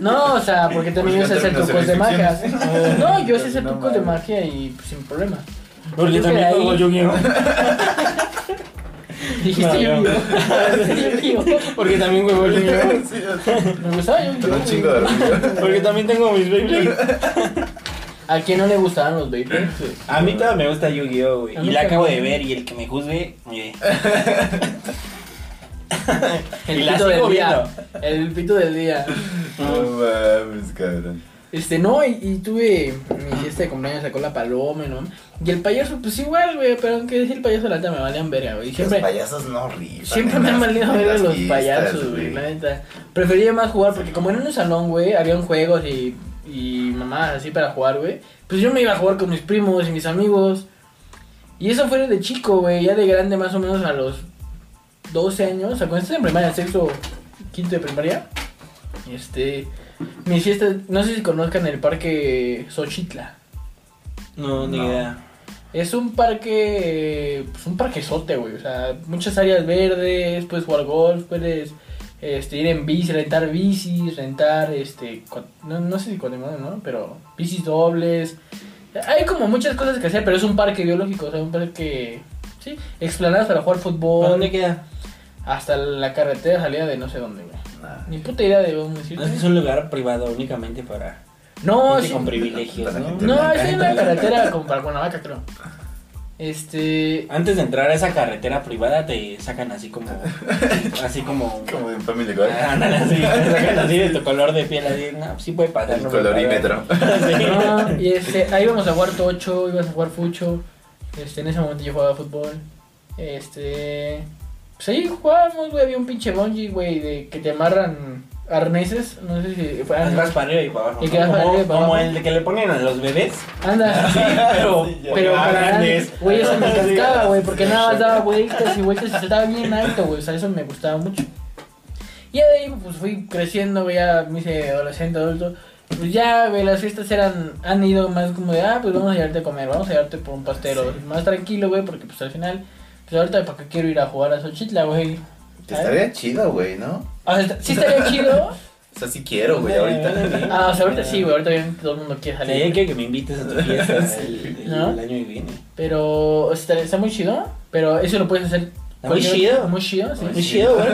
S1: No, o sea, porque también yo sé hacer
S3: Porque
S1: trucos de magia.
S3: términos
S1: No, yo sé hacer
S3: No
S1: trucos de
S3: mames.
S1: magia y pues, sin problema.
S2: Porque
S1: Yo
S2: también
S1: que ahí-
S2: hago yo quiero.
S1: Dijiste yo,
S2: No, no.
S1: yo, yo.
S2: Porque también juego yo quiero.
S3: Sí, sí.
S1: Me gustaba yo.
S3: Con un chingo de orgullo.
S2: Porque también tengo mis Beyblades.
S1: ¿A quién no le gustaban los baby?
S2: A mí todavía me gusta Yu-Gi-Oh,
S1: A
S2: güey.
S1: mí
S2: Y la acabo de
S1: también.
S2: ver y el que me juzgue, mire.
S1: El
S2: Y la
S1: pito del
S2: sigo
S1: día. El pito del día.
S3: No mames, cabrón.
S1: Este, no, y, y tuve mi fiesta de cumpleaños, sacó la paloma, ¿no? Y el payaso, pues igual, güey, pero aunque es el payaso, la neta me valían verga, güey. Siempre,
S3: Los payasos no rifan.
S1: siempre
S3: en
S1: me han
S3: las-
S1: valido
S3: en
S1: verga
S3: las
S1: los
S3: fiestas,
S1: payasos, güey, la neta. Prefería más jugar, porque como era en un salón, güey, habían juegos y, y mamás así para jugar, güey. Pues yo me iba a jugar con mis primos y mis amigos. Y eso fue de chico, güey. Ya de grande, más o menos a los 12 años. O sea, cuando estás en primaria, sexto, quinto de primaria. Este. Mis fiestas. No sé si conozcan el parque Xochitla.
S2: No, ni
S3: No.
S2: idea.
S1: Es un parque, eh, pues un parquezote, güey. O sea, muchas áreas verdes, puedes jugar golf, puedes este, ir en bici, rentar bicis, rentar, este, cua- no, no sé si cuatrimodo, ¿no? Pero bicis dobles. Hay como muchas cosas que hacer, pero es un parque biológico, o sea, un parque, sí, explanadas para jugar
S2: ¿Por
S1: fútbol,
S2: dónde queda?
S1: hasta la carretera salida de no sé dónde, güey.
S3: Nah.
S1: Ni puta idea de cómo decirte.
S2: No, es que es un lugar privado únicamente para
S1: No,
S2: gente
S1: sí,
S2: con privilegios,
S3: para
S2: ¿no?
S3: gente
S1: no,
S3: blanca,
S1: es en
S3: gente
S1: la
S3: blanca.
S1: carretera como para Cuernavaca, creo. Este,
S2: Antes de entrar a esa carretera privada te sacan así como así como
S3: Como en Family Guy.
S2: Ah, Ándale así, te sacan así de tu color de piel así, no, sí puede pasar.
S3: El
S2: no puede
S3: colorímetro.
S2: pasar. Sí.
S1: No, y este, ahí íbamos a jugar tocho, ibas a jugar fucho. Este, en ese momento yo jugaba fútbol. Este, pues ahí jugábamos, güey, había un pinche bungee, güey, de que te amarran arneses, no sé si fue
S2: Ah, Vas
S1: arneses.
S2: para arriba y para abajo.
S1: Y
S2: ¿no?
S1: que vas para
S2: Como-
S1: arriba y para
S2: Como
S1: abajo.
S2: el de que le ponen a los bebés.
S1: Anda,
S2: pero,
S3: ya.
S1: pero
S2: Ah,
S1: para
S2: grandes.
S1: grandes. güey, eso me
S2: Sí.
S1: encantaba, güey, porque nada más daba vueltas y vueltas y estaba bien alto, güey, o sea, eso me gustaba mucho. Y de ahí, pues fui creciendo, güey, ya me hice adolescente, adulto. Pues ya, güey, las fiestas eran, han ido más como de, ah, pues vamos a llevarte a comer, vamos a llevarte por un pastero. Más tranquilo, güey, porque pues al final, pues ahorita para qué quiero ir a jugar a Xochitla, güey.
S3: Que estaría chido, güey, ¿no?
S1: O sea, está- sí estaría chido.
S3: O sea, sí quiero, güey, ahorita.
S1: Ah, o sea, ahorita sí, güey, ahorita bien todo el mundo quiere
S2: Sí,
S1: salir.
S2: hay que que me invites a tu fiesta
S3: Sí.
S2: el, el-
S1: ¿No?
S2: el año que viene.
S1: Pero o sea, está, está muy chido, pero eso lo puedes hacer.
S2: Está muy chido.
S1: Muy chido, sí.
S2: Muy chido, güey.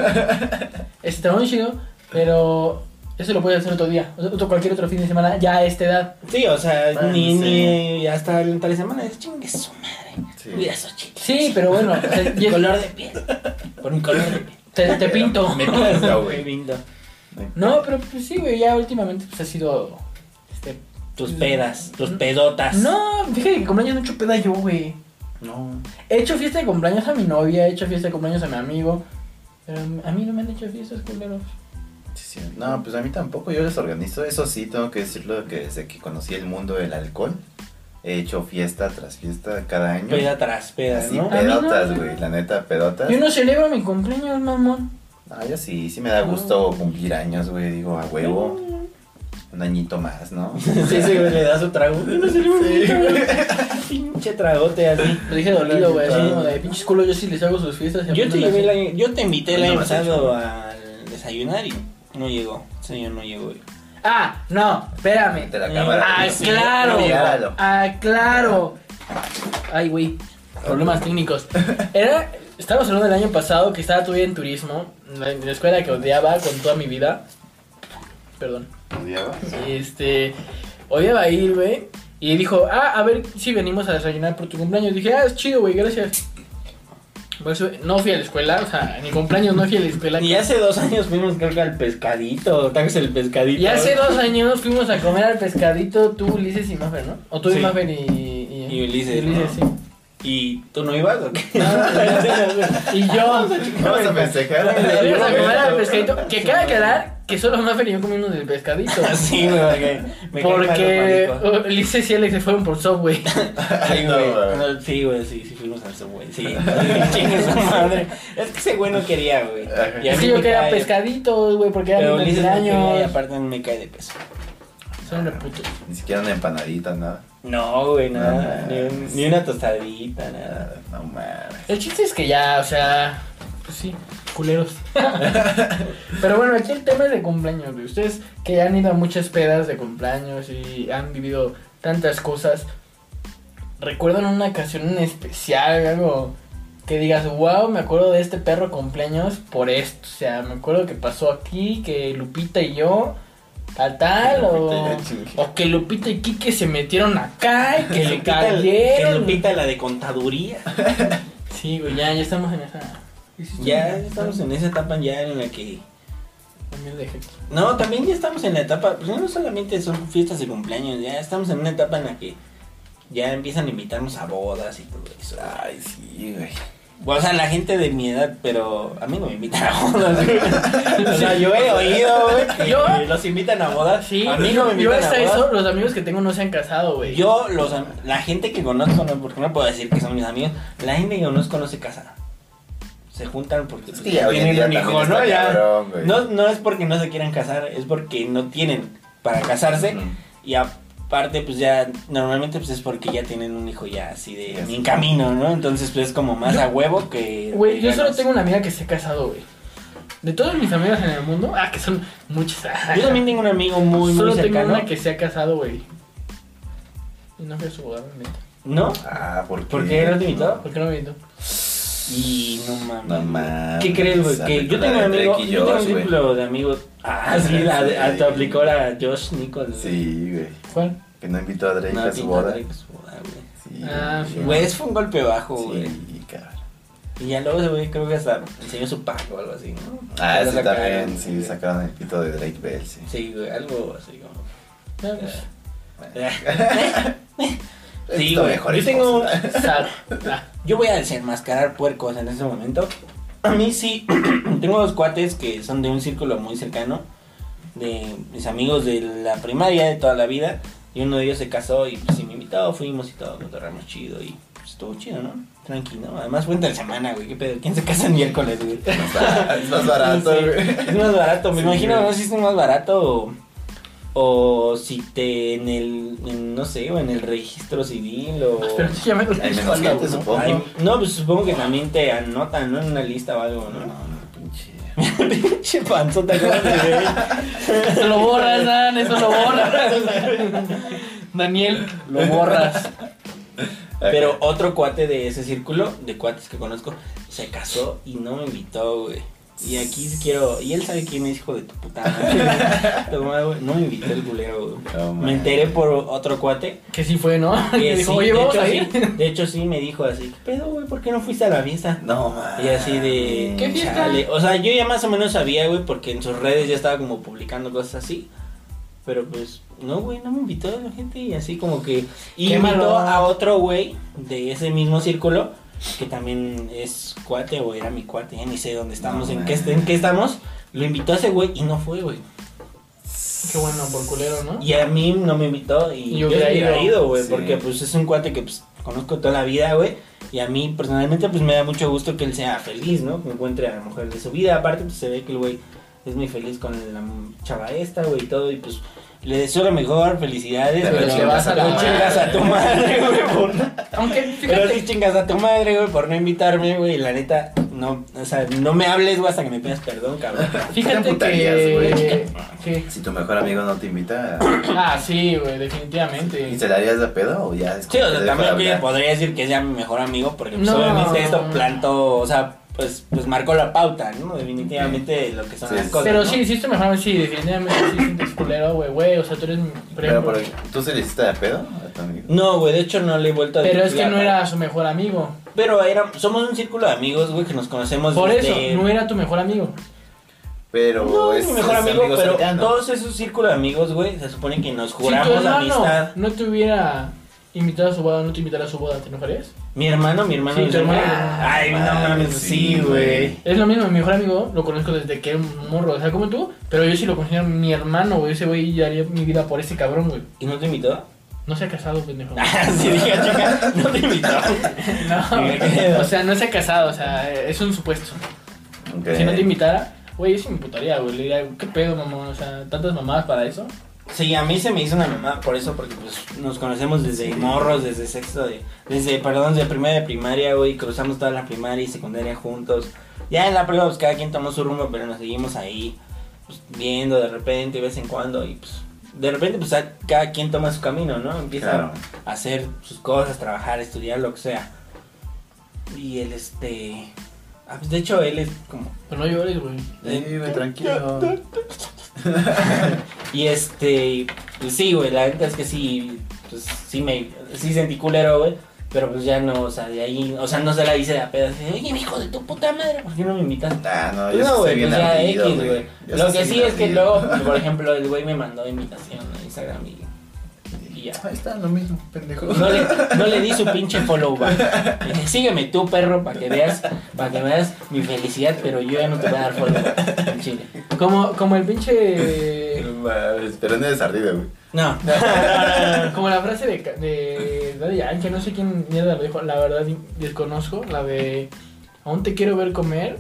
S1: Está muy chido, pero eso lo puedes hacer otro día, o sea, otro, cualquier otro fin de semana, ya a esta edad.
S2: Sí, o sea,
S3: Bueno,
S2: ni,
S3: sí.
S2: ni ya está en tal semana. Es chingue su madre.
S3: Sí.
S2: Mira esos chicos.
S1: Sí, pero bueno, o sea, y es-
S2: color de piel. Por un color de piel.
S1: te, te pinto.
S3: Me pinta, güey.
S2: lindo.
S1: No, pero pues, sí, güey, ya últimamente pues ha sido... Este,
S2: Tus pedas, tus pedotas.
S1: no, fíjate que cumpleaños no he hecho peda yo, güey.
S2: No.
S1: He hecho fiesta de cumpleaños a mi novia, he hecho fiesta de cumpleaños a mi amigo, pero a mí no me han hecho fiestas, culeros.
S3: Sí, sí. No, pues a mí tampoco, yo les organizo. Eso sí, tengo que decirlo que desde que conocí el mundo del alcohol, he hecho fiesta tras fiesta cada año.
S2: Peda tras peda,
S3: Así,
S2: ¿no?
S1: pe- A
S3: pedotas,
S1: mí no.
S3: güey, la neta, pedotas.
S1: Yo no celebro mi cumpleaños, mamón.
S3: No, yo sí, sí me da gusto cumplir años, güey, digo, a huevo, un añito más, ¿no?
S2: Sí, sí, güey, le da su trago. No se le va a olvidar. Pinche tragote así.
S1: Lo dije dolido, güey, así como de pinches culo, yo sí les hago sus fiestas. y a
S2: Yo
S1: mí
S2: te,
S1: no
S2: llevé el
S1: las-
S2: año- yo te invité el
S3: No
S2: año
S3: me has hecho,
S2: pasado al desayunar y no llegó. Señor, no llegó. güey.
S1: Ah, no, espérame.
S3: Ante la cámara.
S1: Ah,
S3: Sí,
S1: claro.
S3: míralo.
S1: Ah, claro. Ay, güey. Problemas técnicos. Era, estábamos hablando del año pasado que estaba todavía en turismo, en la en la escuela que odiaba con toda mi vida. Perdón. Este, odiaba ir, güey. Y dijo, ah, a ver si venimos a desayunar por tu cumpleaños. Dije, ah, es chido, güey, gracias. Pues, no fui a la escuela, o sea, en mi cumpleaños no fui a la escuela.
S2: Y hace dos años fuimos, creo que al pescadito. Tacos el pescadito.
S1: Y hace dos años fuimos a comer al pescadito tú, Ulises y Maffer, ¿no? O tú
S2: Sí.
S1: y Maffer y, y,
S2: Y Ulises,
S1: Ulises,
S2: ¿no? ¿Y tú no ibas o qué?
S1: sí. Y yo.
S3: Vamos a festejar.
S1: Fuimos a comer al pescadito. Que cabe quedar que solo Maffer y yo comimos del pescadito.
S2: Así, güey, porque me caen mal
S1: Porque
S2: los
S1: Ulises y Alex se fueron por Subway.
S2: mariscos. Sí,
S3: No,
S2: güey.
S3: güey.
S2: No, sí, güey, sí, sí fuimos al Subway. Sí, chingue su madre. Es que ese güey no quería, güey.
S3: Ajá.
S2: Y a
S1: Es
S2: mí
S1: que yo
S2: me
S1: quería
S2: cae-
S1: pescaditos, güey, porque
S2: Pero
S1: eran
S2: Ulises no quería y
S1: cumpleaños.
S2: aparte me cae de peso.
S1: Son unos putos.
S3: Ni siquiera una empanadita, nada.
S2: No, güey, nada.
S3: Ah,
S2: Ni, un-
S3: sí.
S2: ni una tostadita, nada.
S3: Nada, Ah, no mames.
S1: El chiste es que ya, o sea, pues sí, culeros. Pero bueno, aquí el tema es de cumpleaños, güey. Ustedes que han ido a muchas pedas de cumpleaños y han vivido tantas cosas, ¿recuerdan una ocasión en especial, algo que digas, wow, me acuerdo de este perro cumpleaños por esto? O sea, me acuerdo que pasó aquí, que Lupita y yo, tal, tal,
S3: Lupita y
S1: o...
S3: yo, chingue.
S1: O que Lupita y Kike se metieron acá y que
S2: Que
S1: le
S2: Lupita, que
S1: cayeron.
S2: Lupita la de contaduría.
S1: Sí, güey, ya, ya estamos en esa.
S2: Ya estamos en esa etapa ya en la que...
S1: También dejé aquí.
S2: No, también ya estamos en la etapa, pues no solamente son fiestas de cumpleaños, ya estamos en una etapa en la que ya empiezan a invitarnos a bodas y todo eso.
S3: Ay, sí, güey.
S2: O sea, la gente de mi edad, pero a mí no me invitan a bodas. güey. o sea, yo he oído, güey, que
S1: Yo-
S2: los invitan a bodas.
S1: Sí,
S2: a mí no me
S1: yo
S2: invitan a
S1: hasta
S2: bodas.
S1: eso, los amigos que tengo no se han casado, güey.
S2: Yo, los, am- la gente que conozco, no, porque no puedo decir que son mis amigos, la gente que conozco no se casa. Se juntan porque
S3: Es
S2: pues,
S3: que ya hoy en
S2: tienen
S3: día
S2: un
S3: también
S2: hijo, ¿no?
S3: está
S2: Ya.
S3: cabrón, güey.
S2: No, no es porque no se quieran casar, es porque no tienen para casarse.
S3: Mm.
S2: Y aparte, pues ya, normalmente pues es porque ya tienen un hijo ya así de
S3: Ya
S2: en camino, ¿no? Entonces, pues es como más
S1: Yo-
S2: a huevo que.
S1: Güey, yo
S2: que
S1: solo
S2: ganas.
S1: tengo una amiga que se ha casado, güey. De todas mis amigas en el mundo, ah, que son muchas. ah,
S2: Yo también tengo un amigo muy, muy
S1: solo tengo
S2: cercano.
S1: una que se ha casado, güey. Y no fue su boda, neta.
S2: ¿No?
S3: Ah, ¿por qué?
S2: ¿Por qué no te invitó?
S1: ¿Por qué no me invitó?
S2: Y no mames.
S3: No mames.
S2: ¿Qué crees, güey?
S3: Esa
S2: Que yo
S3: película
S2: tengo un
S3: de
S2: amigo,
S3: Drake y
S2: yo tengo un
S3: Josh, güey.
S2: círculo de amigos. Ah, sí, la,
S3: Sí.
S2: a tu aplicó la Josh Nichols.
S3: Sí, güey.
S1: ¿Cuál?
S3: Que no invitó a Drake
S2: No,
S3: a
S2: sí,
S3: su
S2: no,
S3: boda.
S2: Drake a su boda, güey.
S3: Sí,
S1: Ah, sí.
S2: Güey, eso fue un golpe bajo, güey.
S3: Sí, cabrón.
S2: Y ya luego ese güey creo que hasta enseñó su pack o algo así, ¿no?
S3: Ah,
S2: Ya lo
S3: sí,
S2: sacaron,
S3: también. Sí,
S2: güey.
S3: sacaron el pito de Drake Bell, sí.
S2: Sí, güey, algo así como.
S1: Ah, pues,
S2: Sí,
S3: Está
S2: güey.
S3: mejor
S2: Yo
S3: el
S2: tengo un,
S1: sad. Ah,
S2: Yo voy a desenmascarar puercos en este momento. A mí sí, tengo dos cuates que son de un círculo muy cercano, de mis amigos de la primaria de toda la vida. Y uno de ellos se casó y pues, sí me invitó, fuimos y todo, cotorramos chido y pues, estuvo chido, ¿no? Tranquilo. Además fue entre semana, güey, qué pedo. ¿Quién se casa el miércoles, güey?
S3: Es más barato,
S2: Sí,
S3: güey.
S2: Es más barato, me
S3: Sí,
S2: imagino,
S3: güey.
S2: no sé si es más barato o, o si te en el, en, no sé, o en el registro civil o...
S1: Pero sí, ya me lo
S3: Hay menos gente,
S1: ¿no?
S3: supongo.
S2: Ay, no, pues supongo que también te anotan, ¿no? En una lista o algo, ¿no?
S3: pinche.
S2: Pinche panzota, ¿cómo te ve?
S1: Eso lo borras, Dan, eso lo borras. Daniel, lo borras.
S2: Pero otro cuate de ese círculo, de cuates que conozco, se casó y no me invitó, güey. Y aquí sí quiero. Y él sabe quién es hijo de tu puta madre. Tu madre, güey. No me invitó el culero, güey.
S3: No, man.
S2: me enteré por otro cuate.
S1: Que sí fue, ¿no?
S2: que
S1: Que dijo,
S2: sí,
S1: oye,
S2: de
S1: vamos
S2: hecho,
S1: a ir.
S2: sí, de hecho, sí me dijo así: ¿Qué pedo, güey? ¿Por qué no fuiste a la fiesta?
S3: No, man.
S2: Y así de.
S1: ¿Qué fiesta?
S2: chale. O sea, yo ya más o menos sabía, güey, porque en sus redes ya estaba como publicando cosas así. Pero pues, no, güey, no me invitó la gente y así como que. Y
S1: Qué
S2: invitó
S1: malo.
S2: a otro güey de ese mismo círculo, que también es cuate o era mi cuate, ya ni sé dónde estamos,
S3: No,
S2: en, qué,
S3: man.
S2: en qué estamos. Lo invitó a ese güey y no fue, güey.
S1: Qué bueno, por culero, ¿no?
S2: Y a mí no me invitó y yo, hubiera ido, güey,
S3: Sí.
S2: porque pues es un cuate que pues conozco toda la vida, güey. Y a mí personalmente pues me da mucho gusto que él sea feliz, ¿no? Que encuentre a la mujer de su vida. Aparte pues se ve que el güey es muy feliz con la chava esta, güey, y todo. Y pues le deseo lo mejor, felicidades.
S3: Pero
S2: Pero,
S1: chingas
S2: vas
S1: a
S2: a
S1: tu
S2: pero
S1: madre.
S2: chingas a tu madre, güey, por no-
S1: Aunque,
S2: Pero
S1: fíjate,
S2: sí chingas a tu madre, güey, por no invitarme, güey. y La neta, no, o sea, no me hables, güey, hasta que me pidas perdón, cabrón.
S3: ¿Qué te
S1: fíjate
S3: emputarías,
S1: que...
S3: güey?
S1: ¿Qué?
S3: Si tu mejor amigo no te invita,
S1: Ah, sí, güey, definitivamente.
S3: ¿y se la harías de pedo o ya? es
S2: Sí,
S3: como
S2: o
S3: que
S2: sea,
S3: te dejo
S2: también que
S3: hablar?
S2: podría decir que sea mi mejor amigo, porque pues,
S1: No.
S2: obviamente esto plantó, o sea, pues, pues marcó la pauta, ¿no? Definitivamente lo que son
S3: Sí,
S2: las
S3: sí.
S2: cosas.
S1: Pero
S2: ¿no?
S1: sí, sí, estoy mejor, sí, definitivamente sí sientes culero, güey, güey, o sea, tú eres mi por
S3: Pero,
S1: ejemplo,
S3: por ¿tú se le hiciste de pedo a tu amigo?
S2: No, güey, de hecho no le he vuelto a
S1: Pero es que
S2: decir,
S1: no era su mejor amigo.
S2: Pero era, somos un círculo de amigos, güey, que nos conocemos
S1: Por eso,
S2: desde-
S1: no era tu mejor amigo.
S3: Pero
S2: No, es
S3: es
S2: mi mejor
S3: es
S2: amigo, pero
S3: cercano.
S2: todos esos círculos de amigos, güey, se supone que nos
S1: Si tu
S2: juramos
S1: hermano
S2: amistad.
S1: no te hubiera invitado a su boda, no te invitara a su boda, ¿te enojarías?
S2: Mi hermano, mi hermano.
S1: Sí,
S2: mi
S1: tu hermano.
S2: Ay, no mames, sí, güey.
S1: Es lo mismo, mi mejor amigo lo conozco desde que era un morro, o sea, como tú, pero yo sí lo considero mi hermano, güey, ese güey yo haría mi vida por ese cabrón, güey.
S2: ¿Y no te invitó? Ah,
S1: No se ha casado, pendejo.
S2: sí, dije, chica, no te invitó.
S1: No, güey, o sea, no se ha casado, o sea, es un supuesto.
S3: Ok.
S1: Si no
S2: Eh.
S1: te invitara, güey, yo sí me putaría, güey, le diría, ¿qué pedo, mamón? O sea, tantas mamadas para eso.
S2: Sí, a mí se me hizo una mamá por eso, porque pues nos conocemos desde morros, desde sexto de, desde, perdón, desde primera de primaria, güey, cruzamos toda la primaria y secundaria juntos. Ya en la prueba, pues cada quien tomó su rumbo, pero nos seguimos ahí, pues viendo de repente, de vez en cuando, y pues, de repente, pues a- cada quien toma su camino, ¿no? Empieza
S3: Claro.
S2: a hacer sus cosas, trabajar, estudiar, lo que sea. Y él, este, ah, pues, de hecho, él es como
S1: Pero no llores, güey.
S3: Sí, güey, tranquilo.
S2: Y este, pues sí, güey, la neta es que sí, pues sí me, sí sentí culero, güey. Pero pues ya no, o sea, de ahí, o sea, no se la hice de a pedas. de, Oye, hijo de tu puta madre, ¿por qué no me invitas?
S3: Ah, no, yo sí
S2: No,
S3: estoy
S2: güey,
S3: bien
S2: pues ya
S3: ardido,
S2: X,
S3: güey.
S2: güey. Lo que
S3: Yo
S2: pues,
S3: estoy
S2: sí
S3: bien
S2: es que
S3: ardido.
S2: luego, por ejemplo, el güey me mandó invitación a Instagram y, y y ya.
S3: Ahí está, lo mismo, pendejo.
S2: No le, no le di su pinche follow back. Le dije, sígueme tú, perro, para que veas, para que veas mi felicidad, pero yo ya no te voy a dar follow back. en Chile.
S1: Como, como el pinche.
S3: No mames, Pero no es ardido, güey.
S2: No. No, no, no, no.
S1: Como la frase de, Ca- de Daddy Yankee, no sé quién mierda lo dijo, la verdad desconozco, la de aún te quiero ver comer,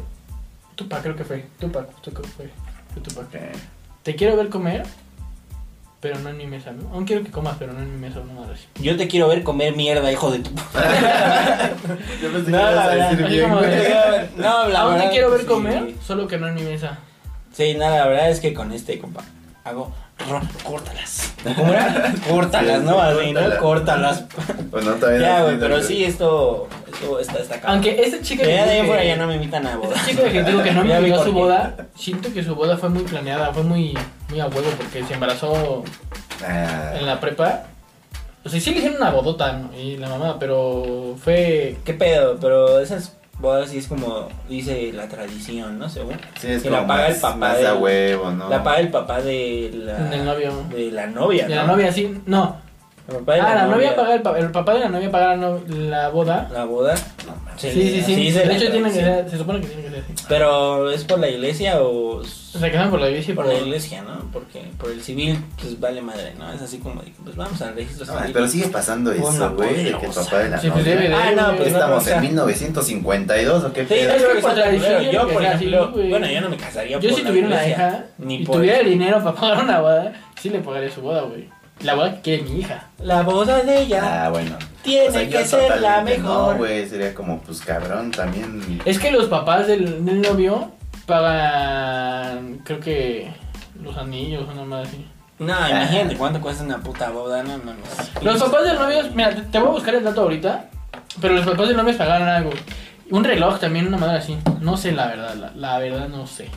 S1: Tupac creo que fue, Tupac, Tupac fue, fue Tupac.
S3: Eh,
S1: Te quiero ver comer, pero no en mi mesa, ¿no? Aún quiero que comas, pero no en mi mesa, no madre así.
S2: Yo te quiero ver comer mierda, hijo de tu.
S3: Yo pensé que
S2: No,
S3: ibas
S2: la
S3: a
S2: verdad,
S3: decir
S1: así
S3: bien,
S1: como
S3: güey.
S1: de-
S2: No, la
S1: aún
S2: verdad,
S1: te quiero ver
S2: sí.
S1: comer, solo que no en mi mesa.
S2: Sí, no, la verdad es que con este, compa, hago. ron, Córtalas. ¿Cómo era? Córtalas,
S3: Sí,
S2: ¿no? Así, ¿no?
S3: córtalas.
S2: Córtalas.
S3: Pues no, todavía
S2: Ya,
S3: no
S2: güey,
S3: ardido,
S2: pero sí, esto, esto está, está cabrón.
S1: Aunque esta chica...
S2: Que ya
S1: que
S2: de ahí
S1: dice
S2: por
S1: que-
S2: allá no me invitan a bodas.
S1: Esta chica que digo que no me
S2: Ya vi
S1: invitó a
S2: por
S1: su
S2: qué.
S1: boda, siento que su boda fue muy planeada, fue muy, muy a huevo porque se embarazó
S3: Ah,
S1: en la prepa. O sea, sí le hicieron una bodota ¿no? y la mamá, pero fue...
S2: ¿Qué pedo? Pero esas bodas sí es como dice la tradición, ¿no? Según.
S3: sí, es
S2: que
S3: como
S2: la paga
S3: más,
S2: el papá
S3: más
S2: del-
S3: a huevo, ¿no?
S2: La paga el papá de la.
S1: Del novio.
S2: De la novia.
S1: De
S2: ¿no?
S1: la novia, sí. No.
S2: El papá de
S1: Ah, la novia paga el, pa- el papá de la novia paga la, no- la boda.
S2: La boda.
S1: Sí, sí, sí.
S2: es
S1: de
S2: la
S1: hecho, tiene que
S2: tradición.
S1: ser- se supone que tiene que ser así.
S2: Pero es por la iglesia o.
S1: O sea, que son por la iglesia y
S2: por
S1: por...
S2: la iglesia, ¿no? Porque por el civil, pues vale madre, ¿no? Es así como de, que, pues vamos al registro
S3: No,
S2: civil.
S3: Ah, pero sigue pasando
S2: Una
S3: eso, güey, de que el
S2: poderosa.
S3: papá de la
S1: Sí, pues
S3: novia-
S1: debe de-
S2: Ah, no,
S3: ¿Qué
S2: pues no,
S3: estamos
S2: o sea,
S3: en 1952 o qué
S2: Sí,
S3: pedo?
S1: es
S2: yo creo
S1: que
S2: que
S1: por
S2: está
S1: tradición
S2: culero. Yo,
S1: que
S2: por
S1: es así,
S2: ejemplo,
S1: güey.
S2: bueno, yo no me casaría
S1: Yo
S2: por
S1: si
S2: la
S1: tuviera una
S2: iglesia,
S1: hija
S2: ni
S1: y
S2: por-
S1: tuviera el dinero para pagar una boda, sí le pagaría su boda, güey. La boda que quiere mi hija.
S2: La boda de ella
S3: Ah, bueno.
S2: tiene
S3: O sea, yo
S2: que ser la
S3: totalmente
S2: mejor.
S3: No, güey, sería como, pues cabrón, también.
S1: Es que los papás del, del novio pagan, creo que, los anillos o nada más así.
S3: Ah.
S2: No, imagínate cuánto cuesta una puta boda, no mames.
S1: Los papás del novio, mira, te- te voy a buscar el dato ahorita, pero los papás del novio pagaron algo. Un reloj también, una madre así. No sé la verdad, la, la verdad no sé.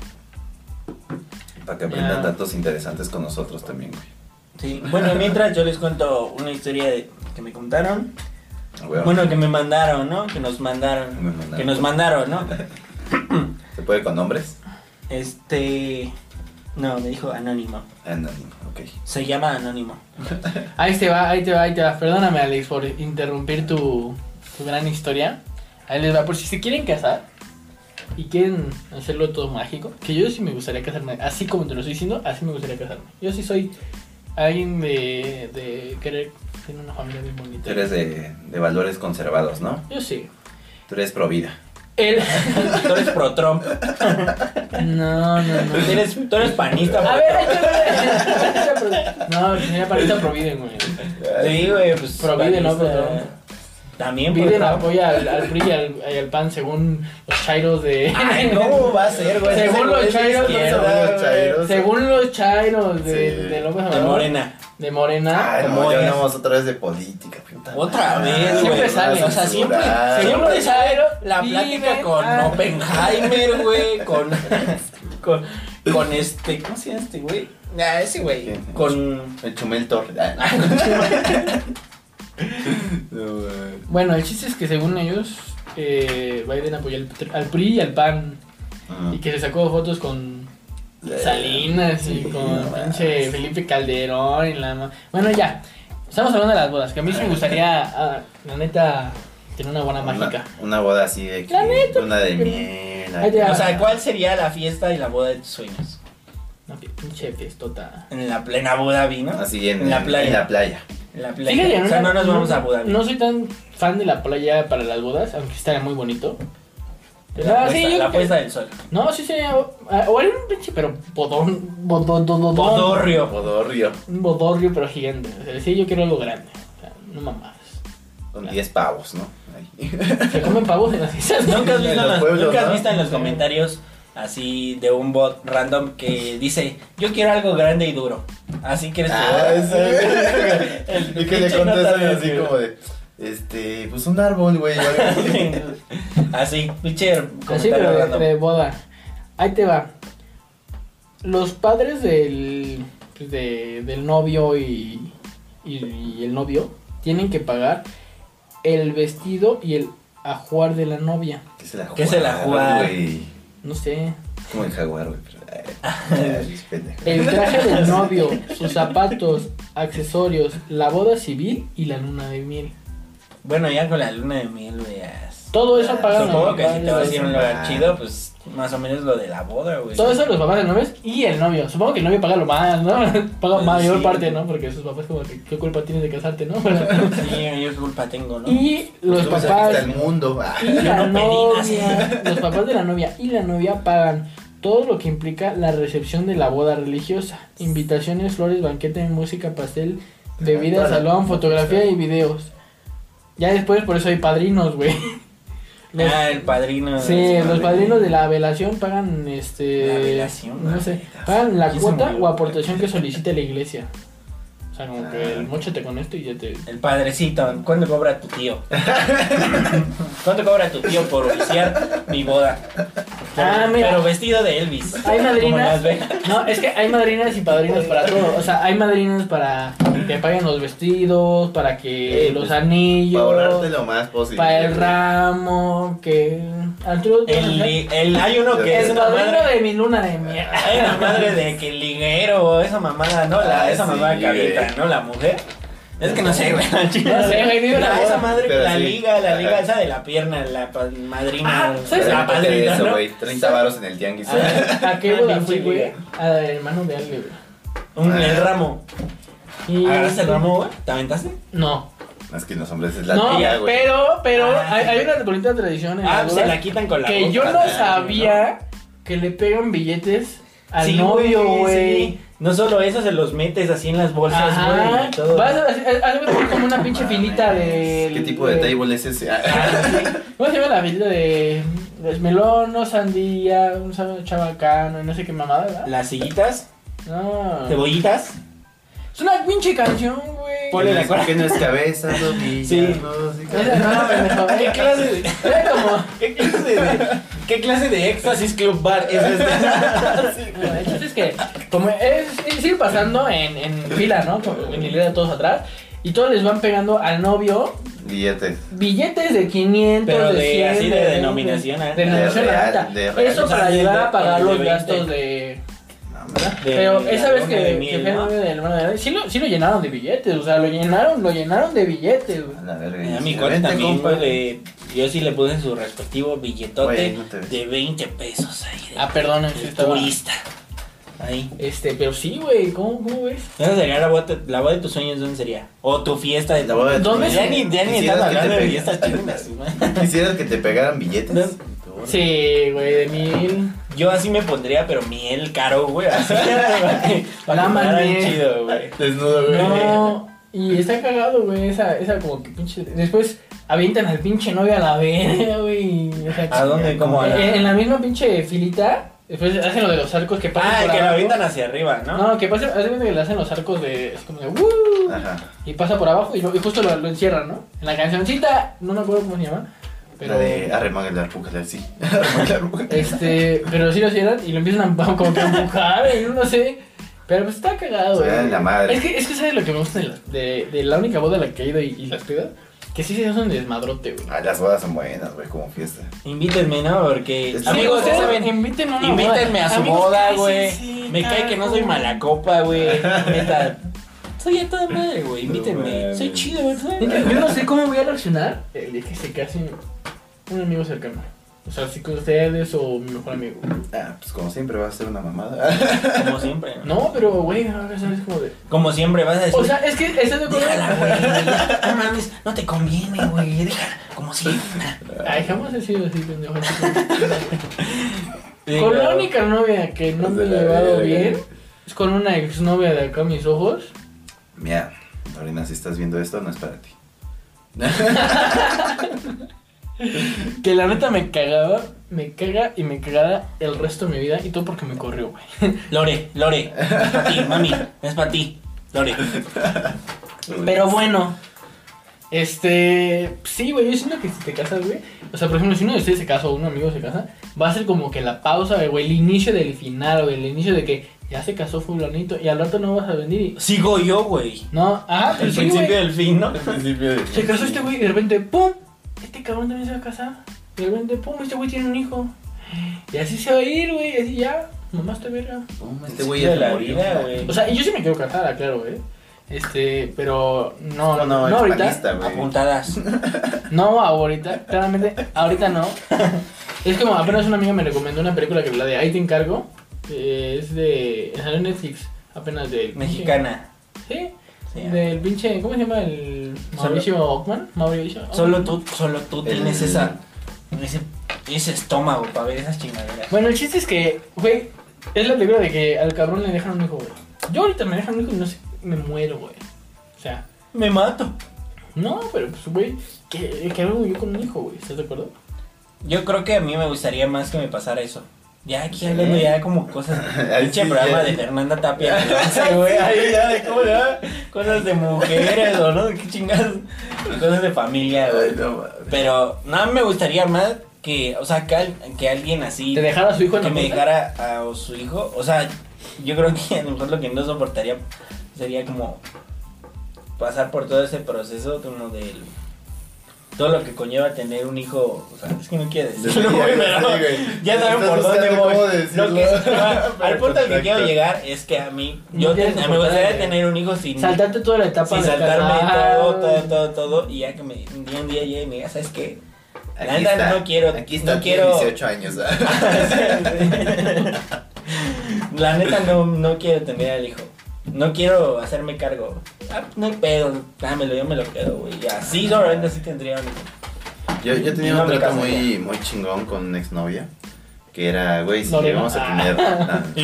S3: Para que aprendan
S1: Ya.
S3: datos interesantes con nosotros también, güey.
S2: Sí, Bueno, mientras yo les cuento una historia de- que me contaron.
S3: A huevo.
S2: Bueno, que me mandaron, ¿no? Que nos mandaron.
S3: Me mandaron.
S2: Que nos mandaron, ¿no?
S3: ¿Se puede con nombres?
S2: Este. No, me dijo anónimo.
S3: Anónimo, ok.
S2: Se llama anónimo.
S1: Ahí te va, ahí te va, ahí te va. Perdóname, Alex, por interrumpir tu, tu gran historia. Ahí les va, por si se quieren casar y quieren hacerlo todo mágico, que yo sí me gustaría casarme, así como te lo estoy diciendo, así me gustaría casarme. Yo sí soy alguien de, de querer tener una familia bien bonita.
S3: Tú eres de, de valores conservados, ¿no?
S1: Yo sí.
S3: Tú eres pro vida.
S1: El...
S2: Tú eres pro Trump.
S1: No, no, no.
S2: Tú eres, tú eres panista.
S1: A
S2: pro
S1: ver,
S2: Trump.
S1: échame. No, señora Parita Providen, güey.
S2: Sí, güey, pues.
S1: Pro Biden, ¿no? Pro
S2: panista.
S1: Trump.
S2: También pro
S1: Biden
S2: Trump.
S1: apoya al, al PRI y al, y al PAN según los chairos de.
S2: Ay, ¿cómo va a ser, güey?
S1: Según
S2: Ese
S1: los
S2: güey es de
S1: chairos,
S2: izquierda,
S1: no
S3: somos
S2: güey.
S3: chairos.
S1: Según los chairos de,
S3: Sí.
S1: de López
S2: De
S1: Obrador,
S2: Morena.
S1: De Morena.
S3: Ay,
S2: ¿cómo
S3: Ah, no, ya
S2: es?
S3: hablamos otra vez de política, puta
S2: Otra
S3: madre. Ah,
S2: vez,
S1: Siempre
S2: güey.
S1: sale,
S2: O sea, siempre,
S3: Censurar.
S1: según
S2: siempre sale la
S1: Viven
S2: plática con
S1: a-
S2: Oppenheimer, güey. Con, con, con este. ¿Cómo se llama este, güey? Ah, ese güey.
S3: ¿Quién?
S2: Con.
S3: El Chumel Torre. Ah, no. No, güey.
S1: Bueno, el chiste es que según ellos, eh, Biden apoya al, al PRI y al PAN. Y
S3: Mm.
S1: que se sacó fotos con
S3: Eh,
S1: Salinas y
S3: sí,
S1: con
S3: no
S1: pinche
S3: mames.
S1: Felipe Calderón y la ma- Bueno, ya. Estamos hablando de las bodas, que a mí sí me gustaría, ah, la neta, tener una buena
S3: Una-
S1: mágica.
S3: Una boda así de que.
S1: La neta,
S3: Una de
S1: pero-
S3: miel.
S1: Ahí te va.
S2: O sea, ¿cuál sería la fiesta y la boda de tus sueños?
S1: Una fi- pinche fiestota.
S2: En la plena boda vino.
S3: Así en,
S2: En la
S3: en-
S2: playa.
S3: En la playa.
S2: En la plena.
S1: Fíjate,
S2: o sea, no nos
S1: no-
S2: vamos a Abu Dhabi.
S1: No soy tan fan de la playa para las bodas, aunque estaría muy bonito. Pero,
S2: la
S1: ah, sí,
S2: puesta,
S1: yo
S2: la
S1: creo
S2: puesta
S1: que-
S2: del sol.
S1: No, sí sería. ah, O era un pinche, pero bodón. bodón, bodón, bodón.
S2: Bodorrio.
S3: Bodorrio.
S1: Un bodorrio, pero gigante. O sea, sí, yo quiero algo grande. O sea, no mamadas.
S3: Con 10 pavos, ¿no? Ahí.
S1: Se comen pavos en las fiestas.
S2: ¿Nunca has
S3: En
S2: visto, en
S3: los
S2: los,
S3: pueblos,
S2: nunca has
S3: ¿no?
S2: visto en los comentarios así de un bot random que dice, yo quiero algo grande y duro. Así quieres tu
S3: Ah,
S2: boda?"
S3: ese.
S2: El
S3: Y que le
S2: pinche nota
S3: contestan
S2: de-
S3: así como de. Este, pues un árbol, güey. o algo así.
S2: Así, pinche
S1: Así,
S2: comentario
S1: pero de,
S2: random.
S1: de boda. Ahí te va. Los padres del, pues, de- del novio y, y- y el novio tienen que pagar el vestido y el ajuar de la novia.
S3: Que se la
S2: Que se la
S3: jugaron,
S2: jugaron.
S3: güey.
S1: No sé.
S3: Como el jaguar, güey. pero, eh, ay, ay, es pendejo.
S1: El traje del novio, sus zapatos, accesorios, la boda civil y la luna de miel.
S2: Bueno, ya con la luna de miel, veas.
S1: Todo eso pagaron.
S2: Supongo
S1: los
S2: que
S1: papás
S2: si
S1: de
S2: te vas a
S1: los-
S2: ir a un lugar
S3: Ah.
S2: chido, pues más o menos lo de la boda, güey.
S1: Todo eso los papás de novios y el novio. Supongo que el novio paga lo más, ¿no? Paga
S2: Pues
S1: mayor
S2: sí.
S1: parte, ¿no? Porque sus papás como que qué culpa tienes de casarte, ¿no?
S2: Sí, yo culpa tengo, ¿no?
S1: y los
S2: Pues
S3: Tú sacaste
S1: papás
S3: al mundo. ah.
S1: y la
S2: Yo no pedí nada.
S1: novia, los papás de la novia y la novia pagan todo lo que implica la recepción de la boda religiosa, invitaciones, flores, banquete, música, pastel, bebida,
S3: Toda la-
S1: salón, fotografía y videos. Ya después por eso hay padrinos, güey. Los-
S2: Ah, el padrino.
S1: Sí, los
S3: madre.
S1: padrinos de la velación pagan este
S2: La velación,
S1: no
S2: la
S1: sé,
S2: velación.
S1: pagan la
S2: ¿Quién se
S1: cuota
S2: murió?
S1: o aportación que solicite la iglesia. O sea, como que
S3: Ah.
S1: el mochate con esto y ya te
S2: El padrecito, ¿cuánto cobra tu tío? ¿Cuánto cobra tu tío por oficiar mi boda? Pero,
S1: Ah, mira.
S2: pero vestido de Elvis.
S1: Hay
S2: Como en Las
S1: madrinas.
S2: Vegas.
S1: No, es que hay madrinas y padrinos para todo. O sea, hay madrinas para que paguen los vestidos, para que
S3: Eh,
S1: los
S3: pues, Para ahorrarte
S1: anillos,
S3: lo más posible.
S1: para el
S3: güey.
S1: ramo, que Arturo ¿tú
S2: El,
S1: conoces?
S2: li- el- hay uno que
S3: El
S2: es
S1: el
S2: una
S1: padrino
S2: madre.
S1: de mi luna de miel.
S2: Hay una madre de que liguero, esa mamada, ¿no? La,
S3: Ah,
S2: esa
S3: sí,
S2: mamada cabrita,
S3: güey.
S2: ¿no? La mujer. Es que no sé, güey. la chingada.
S1: No sé, güey, digo la
S2: La-
S1: boda.
S2: Esa madre,
S3: Pero
S2: la
S3: sí.
S2: liga, la liga
S3: Ajá.
S2: esa de la pierna, la pa- madrina.
S1: Ah, ¿sabes?
S2: la
S3: Pero aparte de
S2: padrina,
S3: eso,
S2: ¿no?
S3: güey. 30 varos en el tianguis. eh.
S1: ¿A, a qué
S2: Ah,
S1: boda
S2: pinche
S1: fui, güey?
S2: liga.
S1: A la del hermano de Ale, güey.
S2: Un, el ramo.
S1: Y-
S2: ¿Agarraste el ramo, güey? ¿Te aventaste?
S1: No.
S3: Más que los hombres es la
S1: no,
S3: tía, güey.
S1: pero, pero
S2: Ah.
S1: hay, hay una bonita tradición en
S2: Ah,
S1: la
S2: pues
S1: boda
S2: se la quitan con la
S1: que
S2: boca,
S1: yo no
S2: ¿no?
S1: sabía que le pegan billetes al
S2: Sí,
S1: novio, güey.
S2: sí. No solo eso, se los metes así en las bolsas, güey.
S1: Ajá.
S2: y todo.
S1: Vas a hacer haz de cuenta como una pinche filita de.
S3: Ah, ¿Qué tipo de table es ese? Ah,
S2: Ah,
S1: ¿Cómo se llama la filita de. de melón, no sandía, un sándwich chabacano, y no sé qué mamada, ¿verdad?
S2: Las sillitas,
S1: No.
S2: cebollitas.
S1: Es una pinche canción, güey.
S2: Ponle la
S3: ¿Por
S2: cola.
S3: qué no es cabeza, rodillas,
S2: Sí.
S3: dos y cabeza?
S1: Esa No, pendejo.
S2: ¿Qué clase de,
S1: Era como.
S2: qué clase de, qué clase de éxtasis club bar es este?
S1: Bueno, el chiste es que como es, es ir pasando en, en fila, ¿no? Como En hilera todos atrás. Y todos les van pegando al novio
S3: Billetes.
S1: billetes de 500,
S2: Pero
S1: de
S2: de-
S1: 100,
S2: así de
S1: veinte,
S2: denominación ¿eh? alta.
S1: de denominación
S3: De real,
S1: alta.
S3: de real.
S1: Eso
S2: O sea,
S1: para
S2: de-
S1: ayudar a
S2: de-
S1: pagar
S2: de
S1: los
S2: 20.
S1: gastos de.
S3: No, mames.
S2: De
S1: Pero
S2: la
S1: esa vez que,
S2: luna de
S1: que
S2: miel,
S1: fue el
S2: ¿no?
S1: novio de la hermana de Adel, sí lo, sí lo llenaron de billetes, o sea, lo llenaron, lo llenaron de billetes, güey.
S3: A la verga.
S2: A
S3: dice,
S2: mi cuate
S3: "Vente,
S2: también,
S3: compa".
S2: güey, le- yo sí le puse su respectivo billetote
S3: Güey, no te ves.
S2: de 20 pesos ahí. De,
S1: Ah, perdón, sí
S2: de
S1: estaba-
S2: turista. Ahí.
S1: Este, pero sí, güey, ¿cómo, ¿cómo ves?
S2: ¿Dónde sería la boda, la boda de tus sueños? ¿Dónde sería? O tu fiesta de
S3: La boda de tus
S1: ¿Dónde
S2: Ya
S1: se-
S2: ni, ya ni
S3: Quisieras
S2: estás
S3: que te
S2: hablando de
S3: peguen.
S2: fiestas chingas, ¿no?
S3: ¿Quisieras que te pegaran billetes?
S1: Sí, güey, de mil.
S2: Yo así me pondría, pero miel caro, güey. Así. para que- para que
S1: Nada más
S2: quedaran
S1: miel.
S2: chido, güey.
S3: Desnudo, güey.
S1: No, y está cagado, güey, esa, esa como que pinche. Después avientan al pinche novio a la verga, güey. o sea,
S2: ¿A dónde? ¿Cómo?
S1: En,
S2: Ah, a la-
S1: en la misma pinche filita, después hacen lo de los arcos que pasan
S2: Ah,
S1: por
S2: que la
S1: abajo.
S2: avientan hacia arriba, ¿no?
S1: No, que pasa, haz de cuenta que le hacen los arcos de. Es como de. "Woo",
S3: Ajá.
S1: y pasa por abajo y, lo- y justo lo, lo encierran, ¿no? En la cancioncita, no me acuerdo cómo se llama. Pero.
S3: La de
S2: ah,
S3: arremángale, arpújale, sí. Arremángale, arpújale.
S1: Este, pero sí lo cierran y lo empiezan a, como que a empujar, y no sé. Pero pues está cagado,
S3: Se
S1: güey.
S3: dan la madre.
S1: Es que, es que sabes lo que me gusta de, la- de- de la única boda a la que he ido y, y las pedas, que sí se hace un desmadrote, güey.
S3: Ah, las bodas son buenas, güey, como fiesta.
S2: Invítenme, ¿no? Porque.
S3: Sí,
S2: Amigos,
S1: ustedes
S2: ya saben.
S1: invítenme a una
S2: Invítenme
S1: boda.
S2: a su
S1: Amigos, ah,
S2: boda,
S1: cásense,
S2: güey. Me cae que no soy
S1: carajo.
S2: mala copa, güey. Neta. Soy a toda madre, güey. Invítenme.
S3: mames.
S2: Soy chido, güey.
S1: Neta, Yo no sé cómo voy a reaccionar el día que se case un amigo cercano. O sea, si con ustedes o mi mejor amigo.
S3: Ah, pues como siempre va a ser una mamada.
S2: Como siempre. ¿no?
S1: No, pero güey, ahora sabes como de.
S2: Como siempre vas a decir.
S1: O sea, es que estás de acuerdo.
S2: Déjala, güey. Ah, No mames, no te conviene, güey. Déjala, como siempre.
S1: Ay, jamás he sido así, pendejo. Con la única novia que no
S3: Hijos
S1: me he
S3: de la
S1: llevado
S3: verga.
S1: bien es con una exnovia de acá a mis ojos.
S3: Mira, Lorena, si estás viendo esto, no es para ti.
S1: Que la neta me cagaba, me caga y me cagará el resto de mi vida. Y todo porque me corrió, güey.
S2: Lore, Lore. Es para ti, mami. Es para ti. Lore.
S1: Pero bueno. Este. Sí, güey, yo siento que si te casas, güey. O sea, por ejemplo, si uno de ustedes se casa o un amigo se casa, va a ser como que la pausa, güey, el inicio del final, güey, el inicio de que ya se casó fulanito y al rato no vas a venir y.
S2: Sigo yo, güey.
S1: No, ah,
S2: El
S1: pues sí,
S2: principio
S1: güey.
S2: del fin, ¿no?
S3: Al principio de-
S1: Se casó este güey y de repente, ¡pum! Este cabrón también se va a casar. Y de repente, ¡pum! Este güey tiene un hijo. Y así se va a ir, güey. Y así ya, nomás te verga.
S3: Pum,
S2: El
S3: este güey
S2: ciclo de
S3: ya
S2: la
S3: se murió.
S2: vida, güey.
S1: O sea, y yo sí me quiero casar, claro, güey. Este, pero no, no,
S3: No, no,
S1: no,
S3: eres
S1: ahorita.
S3: panista, güey.
S2: Apuntadas.
S1: No, ahorita, claramente, ahorita no. Es como apenas una amiga me recomendó una película que es la de Ahí te encargo. que es de. salió en Netflix, apenas de.
S2: Mexicana.
S1: Sí,
S2: Sí.
S1: del pinche. ¿Cómo se llama el.
S2: Solo-
S1: Mauricio Ockman? Mauricio. Ockman.
S2: Solo tú, solo tú
S3: El-
S2: tienes esa, ese, ese estómago para ver esas chingaderas.
S1: Bueno, el chiste es que, güey, es la película de que al cabrón le dejan un hijo, güey. Yo ahorita me dejan un hijo y no sé, me muero, güey. O sea,
S2: Me mato.
S1: no, pero pues, güey, que, que hago yo con un hijo, güey? ¿Estás de acuerdo?
S2: Yo creo que a mí me gustaría más que me pasara eso. Ya aquí
S3: Sí.
S2: hablando ya como cosas.
S3: Ay,
S2: Pinche
S3: sí,
S2: programa
S3: ya.
S2: de Fernanda Tapia. Sí, güey, ahí ya de cómo le va, Cosas de mujeres o no, qué chingadas. Cosas de familia,
S3: Ay,
S2: güey.
S3: no, mames.
S2: Pero no me gustaría más que, o sea, que, al- que alguien así.
S1: ¿Te dejara a su hijo en
S2: que
S1: la
S2: me
S1: puerta?
S2: dejara a su hijo. O sea, yo creo que a lo mejor lo que no soportaría sería como pasar por todo ese proceso como del todo lo que conlleva tener un hijo, o sea, es que no quiero decirlo,
S3: Sí,
S2: güey,
S3: sí,
S2: pero
S3: güey.
S2: ya saben
S3: Estás
S2: por dónde
S3: buscando
S2: voy.
S3: cómo decirlo.
S2: Lo que es- al punto al que
S3: Perfecto.
S2: quiero llegar es que a mí
S1: No
S2: yo
S1: quieres
S2: ten- me
S1: soportar,
S2: gustaría
S1: güey.
S2: tener un hijo sin
S1: Saltarte toda la etapa
S2: sin
S1: de
S2: saltarme
S1: casar.
S2: todo, todo, todo, todo y ya que me un día un día llegue y me diga, ¿sabes qué? La
S3: Aquí
S2: neta,
S3: está,
S2: no quiero-
S3: Aquí está,
S2: no
S3: tiene
S2: quiero-
S3: 18 años. ah.
S2: La neta no, no quiero tener al hijo. No quiero hacerme cargo. Ah, no hay pedo, dámelo, yo me lo quedo, güey. Y así, seguramente así tendría un hijo.
S3: Yo, yo tenía
S2: No
S3: un
S2: me
S3: trato
S2: casaría.
S3: muy, muy chingón con una exnovia. Que era, güey, si
S1: No, no.
S3: llegamos a
S2: ah.
S3: tener.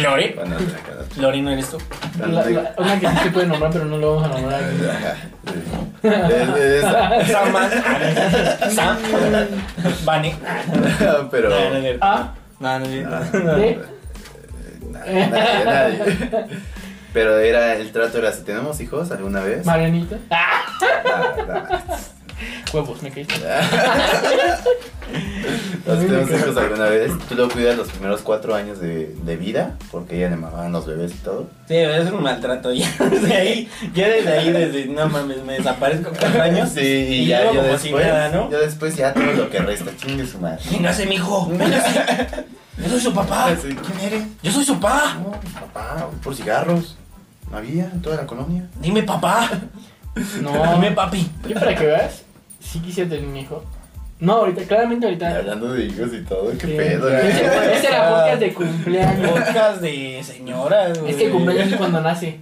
S3: no,
S2: ¿Lori?
S3: cuando- cuando-
S2: Lori, no eres tú.
S3: cuando-
S1: La, la- una que sí se puede nombrar, pero no lo vamos a nombrar aquí.
S3: Ajá, sí. Es- es esa.
S2: Sam, man. Sam. Vane.
S3: Pero.
S2: No, no es cierto.
S1: Ah,
S2: No, no es cierto.
S3: Ah,
S1: ¿de?
S3: eh, nadie, nadie. Pero era, el trato era, si tenemos hijos alguna vez.
S1: Marianita. Ah,
S3: Ah, nah.
S1: huevos, me caíste.
S3: No, si tenemos hijos alguna vez. Tú lo cuidas los primeros cuatro años de, de vida, porque ella le mamaban los bebés y todo.
S2: Sí, es un maltrato ya. Desde ahí, yo desde ahí, desde, no mames, me desaparezco cuatro años.
S3: Sí, y,
S2: Y
S3: ya
S2: luego
S3: yo
S2: como si
S3: después,
S2: nada, ¿no?
S3: yo después ya todo lo que resta, chingue su madre. Ah,
S2: Véngase, mijo, véngase. Yo soy su papá.
S3: Sí.
S2: ¿Quién eres? Yo soy su papá.
S3: No, pues, papá, voy por cigarros. No había en toda la colonia.
S2: Dime papá.
S1: No,
S2: Dime papi.
S1: yo para que veas, sí quisiera tener un hijo. No, ahorita, claramente ahorita.
S3: Hablando de hijos y todo, qué
S1: Sí.
S3: pedo, ¿eh? güey.
S1: Ese ese era podcast de cumpleaños.
S2: Podcast de señoras, güey.
S1: Es que cumpleaños es cuando nace.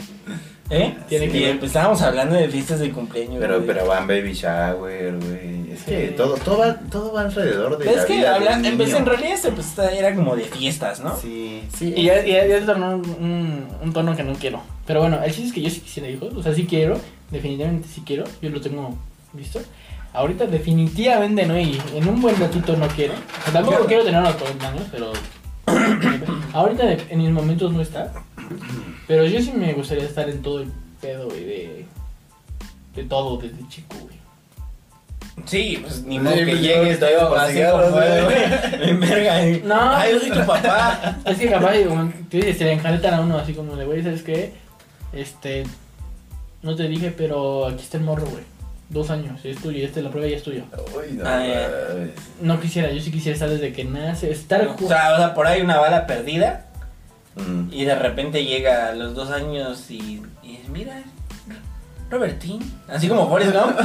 S2: ¿Eh?
S1: Tiene
S2: Sí,
S1: que ver.
S2: pues, estábamos hablando de fiestas de cumpleaños.
S3: Pero,
S2: güey.
S3: pero van baby shower, güey. Es que
S1: Sí.
S3: todo, todo, va, todo va alrededor de.
S2: Es
S3: la
S2: que
S3: vida de un
S2: habla, en vez
S3: niño.
S2: en realidad este, pues, esta era como de fiestas, ¿no?
S3: Sí,
S1: Sí, y ya, ya, ya se tornó un, un- un tono que no quiero. Pero bueno, el chiste es que yo sí quisiera hijos. O sea, sí quiero. Definitivamente sí quiero. Yo lo tengo visto. Ahorita definitivamente no. Y en un buen ratito no quiero. O sea, tampoco
S2: Claro.
S1: quiero tener los todos los años, pero... ahorita de- en mis momentos no está. Pero yo sí me gustaría estar en todo el pedo, güey, de... De todo, desde chico, güey.
S2: Sí, pues ni
S3: Sí,
S2: modo que
S3: pues,
S2: llegues
S3: yo
S2: te
S3: por
S2: así
S3: cigarros,
S2: como fue,
S3: güey.
S2: güey. En verga. eh.
S1: No.
S2: Ay, yo soy tu papá.
S1: Es que capaz, como, te dices, se le enjaretan a uno así como de, güey, ¿sabes qué? Este, no te dije, pero aquí está el morro, güey. Dos años, es tuyo, este, la prueba ya es tuya.
S3: Uy, no.
S2: Ah, ya.
S3: mames.
S1: No quisiera, yo sí quisiera estar desde que nace, estar
S2: O
S1: ju-
S2: sea, o sea, por ahí una bala perdida
S3: Mm.
S2: y de repente llega a los dos años y, y es, mira, Robertín. Así como Forrest Gump.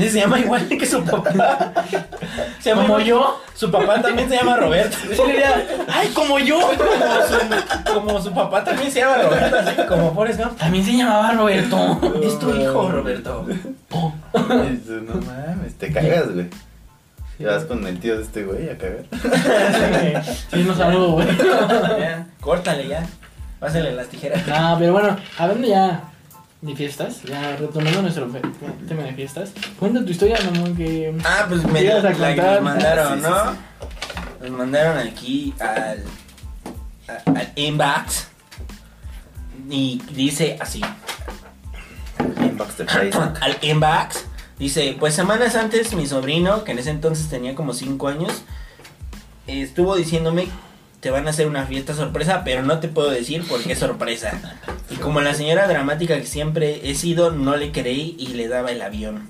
S2: Se llama igual que su papá. Se llama
S1: Como
S2: igual-
S1: yo,
S2: Su papá también se llama Roberto.
S1: yo le diría, ay, como yo.
S2: Como su, como su papá también se llama Roberto, así como Forrest Gump.
S1: También se llamaba Roberto.
S2: Es tu hijo, Roberto.
S1: Oh.
S3: Y dices, No mames, te cagas, güey. Te vas con el tío de este güey a cagar.
S1: Sí, no saludo, güey.
S2: Ya, Córtale ya. Pásale las tijeras.
S1: No, pero bueno, hablando ya de fiestas, ya retomando nuestro fe- tema de fiestas, cuenta tu historia, mamón, que...
S2: Ah, pues me
S1: Ibas a
S2: la que
S1: contar.
S2: nos mandaron,
S3: Sí, sí,
S2: ¿no?
S3: sí.
S2: Nos mandaron aquí al, a- al inbox. Y dice así.
S3: Inbox de Facebook.
S2: al inbox. Dice, pues semanas antes mi sobrino, que en ese entonces tenía como 5 años, estuvo diciéndome, te van a hacer una fiesta sorpresa, pero no te puedo decir por qué sorpresa. Y como la señora dramática que siempre he sido, no le creí y le daba el avión.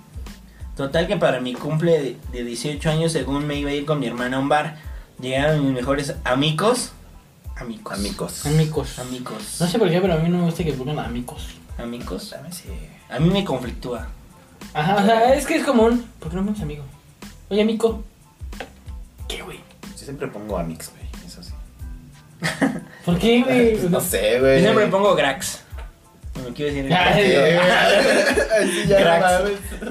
S2: Total que para mi cumple de- de 18 años, según me iba a ir con mi hermana a un bar, Llegaron mis mejores amigos. Amigos.
S3: Amigos.
S1: Amigos.
S2: Amigos.
S1: No sé por qué, pero a mí no me gusta que pongan amigos.
S2: Amigos.
S3: Dame sí.
S2: A mí me conflictúa.
S1: Ajá, o sea, es que es común. ¿Por qué no me pones amigo? Oye, amigo. ¿Qué, güey?
S3: Yo siempre pongo amigos, güey. Eso sí.
S1: ¿Por qué, güey? Pues
S3: No sé, güey.
S2: Yo siempre pongo Grax. No me quiero decir.
S1: Ay,
S3: Sí, güey. Ay, sí, ya no
S2: Cracks.
S3: mames.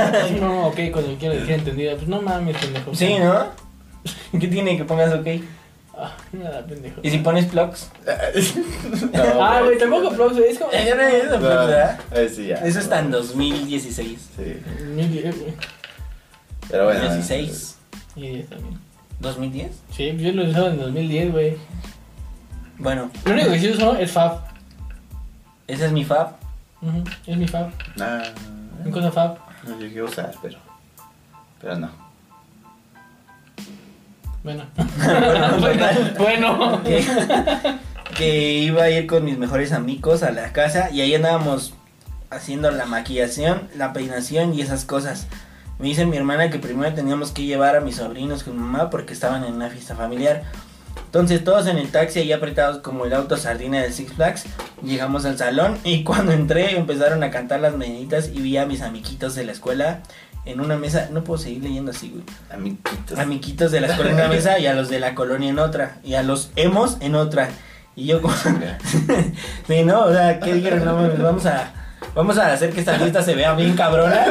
S2: Blogs.
S1: No, ok, cuando quiero decir entendida. Pues no mames, pendejo.
S2: Sí, ¿no? ¿Qué tiene que pongas ok?
S1: Ah, nada, pendejo.
S2: ¿Y si pones blogs?
S3: No,
S1: Ah, güey, tampoco aplauso. Es como.
S2: Eh, Ya no es eso,
S3: No,
S2: ¿verdad?
S3: ay, sí, ya.
S2: Eso está en 2016.
S3: Sí.
S1: Ni diez, güey.
S3: Pero bueno.
S2: 2016.
S1: Ni diez también.
S2: ¿2010?
S1: Sí, yo lo usaba en 2010, güey.
S2: Bueno,
S1: Lo único que sí uso es Fab.
S2: ese es mi fab.
S1: Ujú, Es mi Fab.
S3: Nah,
S1: Mi cosa Fab.
S3: no llegué a usar, pero. Pero no.
S1: Bueno. bueno. bueno.
S2: que, que iba a ir con mis mejores amigos a la casa y ahí andábamos haciendo la maquillación, la peinación y esas cosas. Me dice mi hermana que primero teníamos que llevar a mis sobrinos con mi mamá porque estaban en una fiesta familiar. Entonces todos en el taxi ahí apretados como el auto sardina del Six Flags, llegamos al salón y cuando entré empezaron a cantar las mañanitas y vi a mis amiguitos de la escuela en una mesa, no puedo seguir leyendo así, güey
S3: Amiguitos.
S2: amiguitos de la escuela en una mesa y a los de la colonia en otra y a los emos en otra y yo como sí, no o sea qué dijeron no mames, vamos a vamos a hacer que esta fiesta se vea bien cabrona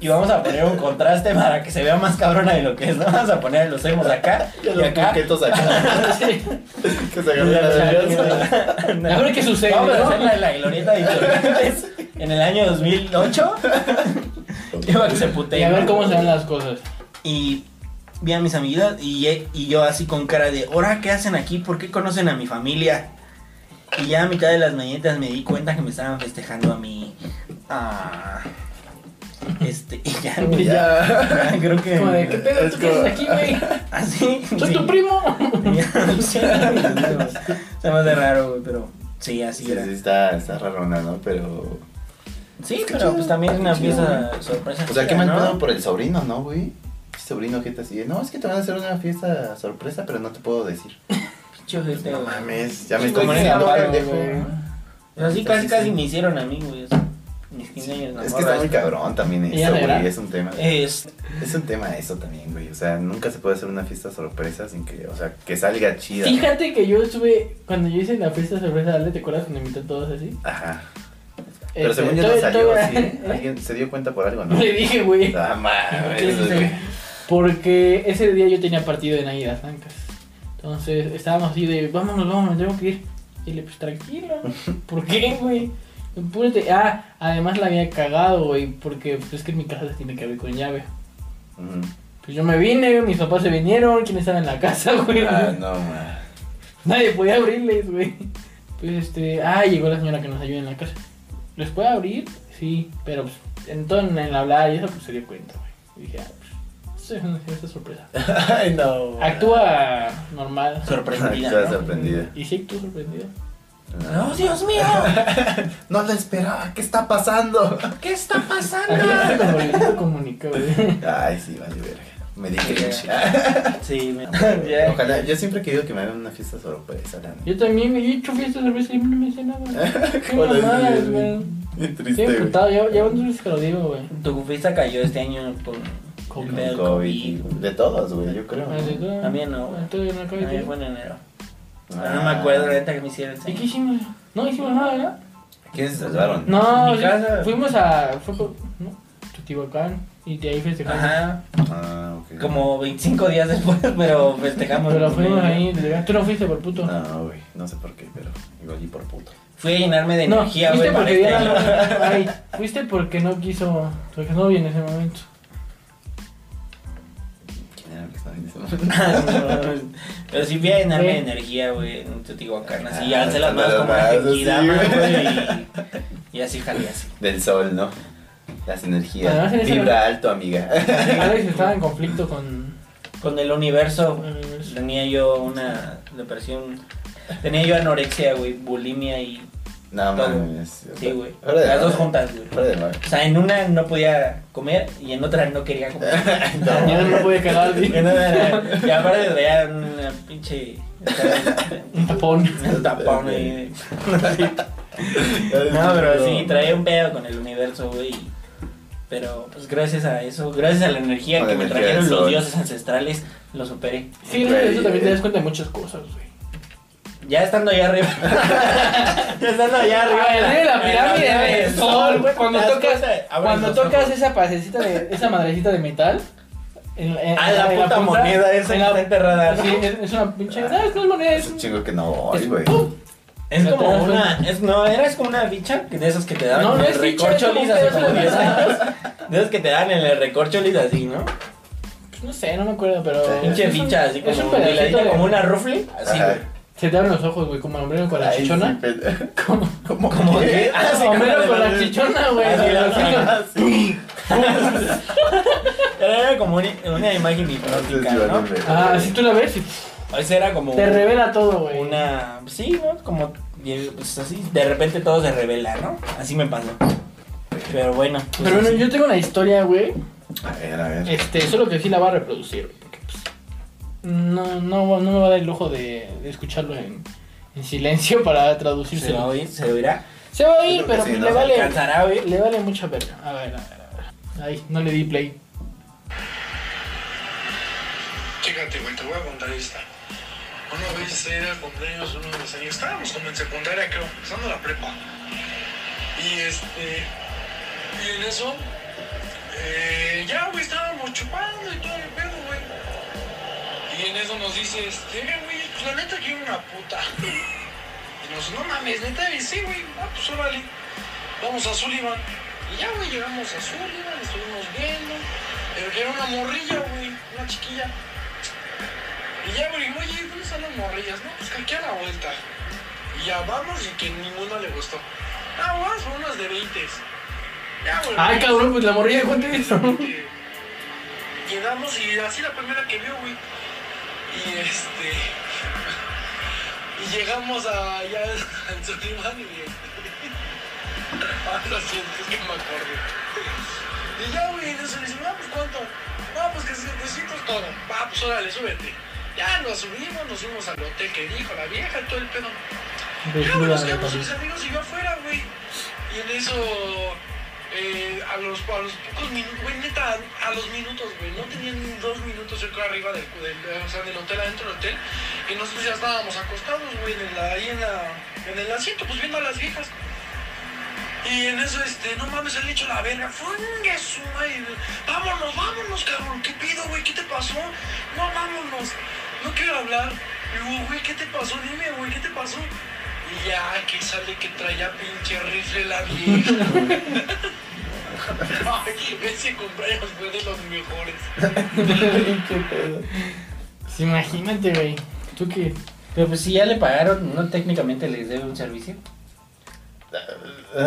S2: y vamos a poner un contraste para que se vea más cabrona de lo que es no vamos a poner a los emos acá
S3: Ya
S2: y
S3: los
S2: acá
S3: coquetos acá.
S1: Sí.
S3: que se
S2: Y la-
S3: agarran a vergas.
S2: No.
S1: Yo creo que sucede,
S2: Vamos a
S1: ¿no?
S2: hacer la de la glorieta de insurgentes en el año 2008 Iba que se puteen.
S1: Y a ver cómo se ven las cosas.
S2: Y vi a mis amiguitas y, y yo así con cara de, ¿ahora qué hacen aquí? ¿Por qué conocen a mi familia? Y ya a mitad de las mañanitas me di cuenta que me estaban festejando a mí. Ah, este, y ya,
S1: Y
S3: Ya.
S2: ya, creo que...
S1: Como de, ¿qué pedo?
S3: Es
S1: ¿Tú qué haces
S3: como-
S1: aquí, güey?
S2: Así.
S1: Soy
S2: sí.
S1: tu primo.
S2: Sí, no, Se me hace raro, güey, pero sí, así
S3: Sí,
S2: era.
S3: sí, está, está rarona, ¿no? Pero.
S2: Sí,
S3: Es que
S2: pero
S3: chido,
S2: pues también es una
S3: qué chido,
S2: pieza sorpresa.
S3: O sea, qué
S2: chida,
S3: mal
S2: ¿no?
S3: pedo por el sobrino, ¿no, güey? El sobrino, gente así. de, No, es que te van a hacer una fiesta sorpresa, pero no te puedo decir.
S2: Pinche ojete,
S3: No
S2: güey.
S3: mames, ya me
S2: Sí,
S3: estoy
S2: como en el
S3: diciendo,
S2: cabrón,
S3: pendejo.
S1: güey.
S2: Pues así
S3: Entonces,
S2: casi,
S3: sí.
S2: casi me hicieron a mí, güey. o sea, Mis 15 años, la
S3: Es
S2: morra
S3: que está muy
S2: esta.
S3: cabrón también
S1: ¿Y ya
S3: eso,
S1: negra?
S3: güey. Es un tema.
S2: Es,
S3: Es un tema eso también, güey. O sea, nunca se puede hacer una fiesta sorpresa sin que, o sea, que salga chida.
S1: Fíjate que yo estuve, cuando yo hice la fiesta sorpresa, dale, ¿te acuerdas cuando invité a todos así?
S3: Ajá. Pero
S1: Este,
S3: según yo no
S1: todavía-
S3: salió
S1: todavía-
S3: así. Alguien se dio cuenta por algo, ¿no?
S1: No le dije, güey.
S3: Ah, mames,
S1: ¿Qué dices?
S3: güey.
S1: Porque ese día yo tenía partido de Naídas Blancas. Entonces estábamos así de, vámonos, vámonos, tengo que ir. Y le, pues tranquilo. ¿Por qué, güey? Apúrate. Ah, además la había cagado, güey. Porque pues, es que en mi casa se tiene que abrir con llave.
S3: Ujú.
S1: Pues yo me vine, mis papás se vinieron. ¿Quién estaba en la casa, güey?
S3: Ah, no, mames.
S1: Nadie podía abrirles, güey. Pues este, ah, llegó la señora que nos ayuda en la casa. ¿Les puede abrir? Sí, pero pues, en todo en el hablar y eso pues se dio cuenta, güey. Y dije, ah, pues, esto es una cierta sorpresa.
S3: Ay, no.
S1: Actúa normal.
S2: sorprendida.
S3: Actúa
S2: ¿no?
S3: sorprendida. Sorprendida.
S1: Y sí, tú sorprendido.
S2: ¡Oh, Dios mío!
S3: No lo esperaba. ¿Qué está pasando?
S2: ¿Qué está
S1: Aquí
S2: pasando?
S1: está como Luisito comunica, güey.
S3: Ay, sí, vale, verga. Me di cringe.
S2: Sí, me... ya.
S3: Ojalá, yo siempre he querido que me hagan una fiesta sorpresa, la neta.
S1: Yo también me he hecho fiesta de cerveza y no me hice nada. Qué
S3: Joder,
S1: mamadas,
S3: sí,
S1: güey.
S3: Bien
S1: Estoy
S3: Eh, triste, güey.
S1: emputado, ya, ya un que lo digo, güey.
S2: Tu fiesta cayó este año con,
S1: Con
S2: el
S3: Con
S2: pedo del
S3: COVID.
S2: COVID.
S3: y- De todos, güey, yo creo. ¿no?
S1: Así, todo-
S2: También no, güey.
S1: todo en la
S2: A mí fue
S1: cabeza.
S2: en enero.
S3: Ah.
S2: No me acuerdo neta que me hicieron este
S1: ¿Y qué
S2: año.
S1: hicimos? No hicimos nada, ¿verdad?
S3: ¿Quiénes se salvaron?
S1: No,
S2: En mi
S1: sí,
S2: Pues, casa.
S1: fuimos a. Fue por, ¿no? Teotihuacán y de ahí este festejamos.
S2: Ajá.
S3: Ah, ok.
S2: Como 25 días después, pero festejamos.
S1: Pero fuimos ahí, de- tú no fuiste por puto.
S3: No, güey, no sé por qué, pero igual y por puto.
S2: Fui a llenarme de
S1: No,
S2: energía,
S1: fuiste
S2: güey. para
S1: porque
S2: este
S1: Diana
S2: año.
S1: no- ay, fuiste porque no quiso tu exnovio en ese momento.
S3: ¿Quién era el que estaba en ese momento?
S2: Pero sí fui a llenarme de
S1: Sí.
S2: energía, güey, en Teotihuacán. Así,
S3: Ah,
S2: alcé las manos
S3: las
S2: como la
S3: manos,
S2: Genkidama,
S3: sí, güey.
S2: güey. Y, y así jalé así.
S3: Del sol, ¿no? Las energías.
S1: Además, en ese
S3: Vibra alto, amiga.
S1: Alex estaba en conflicto con. eh,
S2: Con el universo,
S1: con el universo.
S2: Tenía yo una depresión. Tenía yo anorexia, güey, bulimia y
S3: No
S2: Todo.
S3: mames.
S2: Sí, güey.
S3: Fuera de
S2: Las dos
S3: madre.
S2: juntas, güey.
S3: Fuera de madre.
S2: O sea, en una no podía comer y en otra no quería comer.
S3: No,
S1: Ya no puede cagar, sí.
S2: En otra- y aparte traía una pinche.
S1: Un tapón.
S2: Un tapón ahí. No, pero sí, traía un pedo con el universo, güey. Pero pues gracias a eso, gracias a la energía
S3: Con
S2: que
S3: la
S2: me
S3: energía
S2: trajeron
S3: del
S2: los
S3: sol.
S2: dioses ancestrales, lo superé.
S1: Sí, no, eso también te das cuenta de muchas cosas, güey.
S2: Ya estando allá arriba. ya estando allá arriba.
S1: Ah, el rey de la pirámide
S2: en la
S1: del sol, güey. Cuando
S2: te das
S1: tocas-
S2: cuenta, abres
S1: Cuando
S2: los
S1: tocas eh,
S2: ojos.
S1: esa pasecita de, esa madrecita de metal. En, en-
S2: Ah,
S1: en
S2: la
S1: en
S2: puta
S1: punta,
S2: moneda esa
S1: en
S2: que está
S1: la-
S2: enterrada.
S1: Sí, es, es una pinche. No, es una moneda, es
S3: Es un
S1: un-
S3: chingo que no voy, güey.
S2: Es
S1: Ya te
S2: como
S1: das
S2: una, es, no, era es como una bicha que de esos que te dan
S1: No,
S2: en
S1: no
S2: el
S1: es bicha, es como
S2: recorcholis hace
S1: un pedazo
S2: como
S1: de
S2: 10 años.
S1: metal.
S2: De esos que te dan en el recorcholis así, ¿no?
S1: No sé, no me acuerdo, pero.
S2: Pinche
S1: es un-
S2: bicha, así
S1: Es un
S2: como
S1: pedacito
S2: peladita,
S1: de.
S2: como una rufle, así,
S3: Ajá.
S2: güey.
S1: Se te abren los ojos, güey, como el hombre con la
S3: Ay,
S1: chichona.
S3: sí, pe-
S1: Como.
S3: ¿Cómo?
S2: ¿Cómo qué? Ah, sí,
S1: Homero
S2: como de
S1: con la
S2: los-
S1: chichona, güey.
S2: Así,
S1: de los
S2: ajá.
S1: hijos.
S3: Ah, sí.
S2: Pero era como una, una imagen hipnótica, ¿no?
S1: Ah, si tú la ves, y
S2: O sea, era como
S1: te revela todo, güey.
S2: una... Sí, ¿no? Como... Pues así, de repente todo se revela, ¿no? Así me pasó. Pero bueno. pues
S1: Pero bueno,
S2: así.
S1: yo tengo una historia, güey.
S3: A ver, a
S2: Eh,
S3: ver.
S1: Este, solo que sí la va a reproducir, güey, porque pues, no, no, no me va a dar el lujo de, de escucharlo en, en silencio para
S2: Se va a
S1: traducírselo.
S2: oír, se oirá.
S1: Se va a ir,
S3: Yo creo que
S1: pero pues,
S3: sí, ¿no?
S1: le,
S3: Se
S1: vale,
S2: Alcanzará a oír.
S1: le vale mucha verga. A ver, a ver, a ver. Ay, no le di play.
S4: Chécate, güey, te voy a contar esta. Una vez era el cumpleaños de uno de mis amigos. Estábamos como en secundaria, creo, empezando la prepa. Y este. Y en eso. eh, ya, güey, estábamos chupando y todo el pedo, güey. Y en eso nos dice, este, "Oigan, güey, pues la neta quiero una puta. Y nos, no mames, neta, y sí, güey, ah, pues órale. Vamos a Sullivan. Y ya, güey, llegamos a Sullivan, estuvimos viendo. Pero que era una morrilla, güey, una chiquilla. Y ya, güey, oye, ¿dónde están las morrillas? No, pues que aquí a la vuelta. Y ya vamos y que ninguna le gustó. Ah, vamos por unas de 20. Ya, güey.
S1: Ay,
S4: vamos.
S1: cabrón, pues la morrilla, ¿cuánto es eso?
S4: Llegamos y así la primera que vio, güey. Y este. Y llegamos a ya al Sullivan y este. Ah, lo siento, es que me acordé. Y ya, güey, en eso le dice, no, pues cuánto. No, pues que 700 todo. Va, pues órale, súbete. Ya nos subimos, nos fuimos al hotel que dijo la vieja y todo el pedo. Ya, güey, nos quedamos pues, mis amigos y yo afuera, güey. Y en eso, eh, a, los, a los pocos minutos, güey, neta, a los minutos, güey, no tenían ni dos minutos, yo creo, arriba del, del- o sea, del hotel, adentro del hotel, y nosotros ya estábamos acostados, güey, en la- ahí en, la, en el asiento, pues viendo a las viejas. Y en eso, este, no mames, él le echó la verga. Fungue su madre. Vámonos, vámonos, cabrón. ¿Qué pido, güey? ¿Qué te pasó? No, vámonos. No quiero hablar. Y digo, güey, ¿qué te pasó? Dime, güey, ¿qué te pasó? Y ya, que sale que traía pinche rifle la vieja. güey. Ay, ese cumpleaños fue de los mejores.
S1: Pues imagínate, güey. ¿Tú qué?
S2: Pero pues si ya le pagaron, no técnicamente les debe un servicio.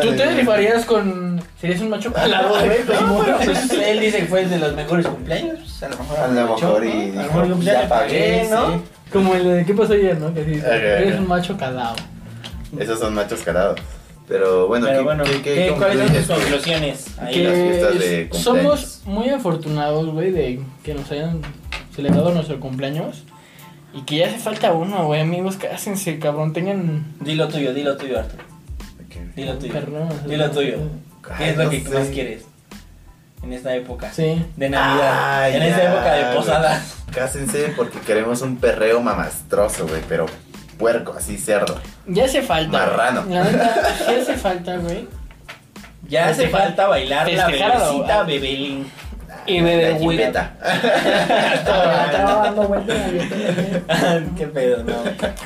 S1: ¿Tú te rifarías con... serías un macho pelado, güey?
S2: No, pero pues él dice que fue el de los mejores cumpleaños. pues, a lo mejor,
S3: A lo mejor y
S2: ¿no?
S3: dijo,
S2: A lo mejor yo, pues, ya,
S3: ya
S2: le pagué,
S3: pagué,
S2: ¿no?
S3: sí.
S1: Como el de... ¿Qué pasó ayer, no? Que dice,
S3: Ajá, ajá.
S1: eres un macho calado.
S3: Esos son machos carados. Pero bueno,
S2: Pero
S3: ¿qué,
S2: bueno,
S3: qué, qué
S2: ¿qué- ¿cuáles son tus
S3: concluyes?
S2: conclusiones? Ahí
S1: que
S3: las fiestas de cumpleaños.
S1: somos muy afortunados, güey, de que nos hayan celebrado nuestro cumpleaños. Y que ya hace falta uno, güey, amigos, cásense, cabrón, tengan...
S2: Dilo tuyo, dilo tuyo, Arturo. Dilo tuyo.
S1: Perdón.
S2: Dilo tuyo. ¿Qué
S3: Ay,
S2: es lo
S3: no
S2: que
S3: sé.
S2: más quieres en esta época?
S1: Sí.
S2: De Navidad.
S3: Ay,
S2: en esta
S3: ya,
S2: época de
S3: güey.
S2: posadas.
S3: Cásense porque queremos un perreo mamastroso, güey, pero puerco, así cerdo.
S1: Ya hace falta. güey.
S3: Marrano.
S1: La neta, ya hace falta, güey.
S2: Ya hace
S1: Festejar-
S2: falta bailar la
S1: festejar a lo-
S2: bebecita bebelín.
S1: Y bebe
S3: La
S1: güey.
S3: jipeta.
S2: Qué pedo, no.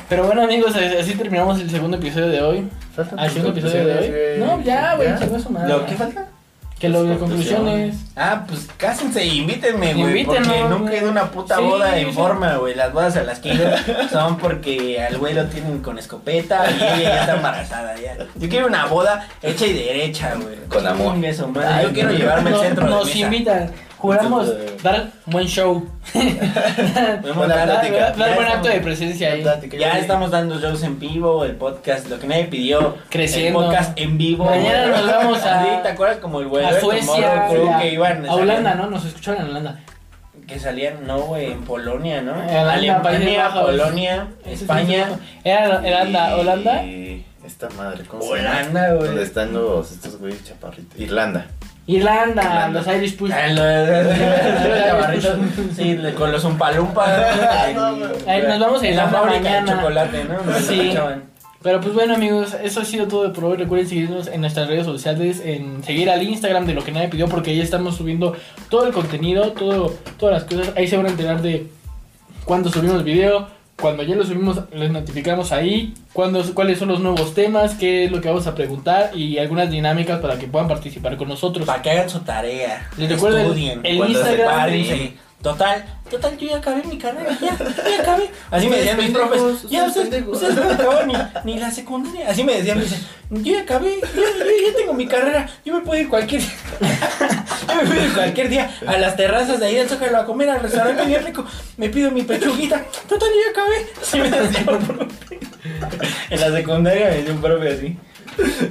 S1: Pero bueno, amigos, así así terminamos el segundo episodio de hoy. Ah, el segundo episodio de hoy. No, ya, güey, chingó su madre.
S2: ¿Lo que falta?
S1: Que lo de
S3: Conclusiones.
S1: conclusiones.
S2: Ah, pues cásense, invítenme, güey.
S1: Invítenos,
S2: Porque nunca he
S1: güey.
S2: ido a una puta
S1: Sí,
S2: boda
S1: sí.
S2: en forma, güey. Las bodas a las que he ido son porque al güey lo tienen con escopeta y ella ya está embarazada. Ya. Yo quiero una boda hecha y derecha, güey.
S3: Con amor.
S2: Chingue su madre.
S3: Ay,
S2: Yo quiero
S3: no.
S2: llevarme al
S1: Nos-
S2: centro de
S1: Nos
S2: mesa.
S1: invitan. Juramos
S3: Entonces,
S1: dar un buen show.
S3: Buena
S1: Dar,
S3: plática.
S1: dar- dar
S2: Ya
S1: buen
S2: estamos-
S1: acto de presencia ahí.
S2: Ya estamos dando shows en vivo, el podcast, lo que nadie pidió.
S1: Creciendo.
S2: El podcast en vivo.
S1: Mañana nos vamos a-
S2: Sí, ¿Te acuerdas como el güey?
S1: A
S2: de
S1: Suecia,
S2: Tomorrow Crew
S1: a,
S2: que iban.
S1: a Holanda, ¿no?
S2: salían-
S1: Nos escucharon en Holanda.
S2: Que salían, no, güey, en Polonia, ¿no?
S1: Holanda, Países
S2: Alemania,
S1: Bajos.
S2: Polonia, España.
S1: Era Holanda,
S3: Y-
S1: Holanda,
S3: Esta madre, ¿cómo se llama?
S2: Holanda,
S3: Donde
S2: güey.
S3: están los, estos güeyes chaparritos. Irlanda.
S1: Irlanda,
S3: Irlanda.
S1: los Irish Push.
S2: Ah, los- chavarritos. Sí, le- con los umpalumpas.
S3: Ah, No, güey.
S1: Ay, nos vamos a
S2: en la
S1: Irlanda
S2: fábrica
S1: mañana.
S2: de chocolate, ¿no?
S1: Sí.
S2: Echaban.
S1: Pero pues bueno amigos, eso ha sido todo de por hoy. Recuerden seguirnos en nuestras redes sociales, en seguir al Instagram de lo que nadie pidió, porque ahí estamos subiendo todo el contenido, todo, todas las cosas. Ahí se van a enterar de cuando subimos video, cuando ya lo subimos, les notificamos ahí, cuándo, cuáles son los nuevos temas, qué es lo que vamos a preguntar y algunas dinámicas para que puedan participar con nosotros.
S2: Para que hagan su tarea.
S1: Les recuerdo el-
S2: estudien.
S1: el
S3: cuando se
S1: Instagram.
S3: paren.
S2: Prepárense. Total, total, yo ya acabé mi carrera, ya, ya acabé. Así me decían mis
S3: Pendejos,
S2: profes, ya
S3: ustedes
S2: ustedes,
S3: pendejos.
S2: ustedes no acabaron ni, ni la secundaria. Así me decían, me decían, yo ya acabé, yo, yo ya tengo mi carrera, yo me puedo ir cualquier día. Yo me puedo ir cualquier día a las terrazas de ahí del Zócalo a comer al restaurante bien rico. Me pido mi pechuguita, total, yo ya acabé. Así me decían los profes. En la secundaria me decía un profe así.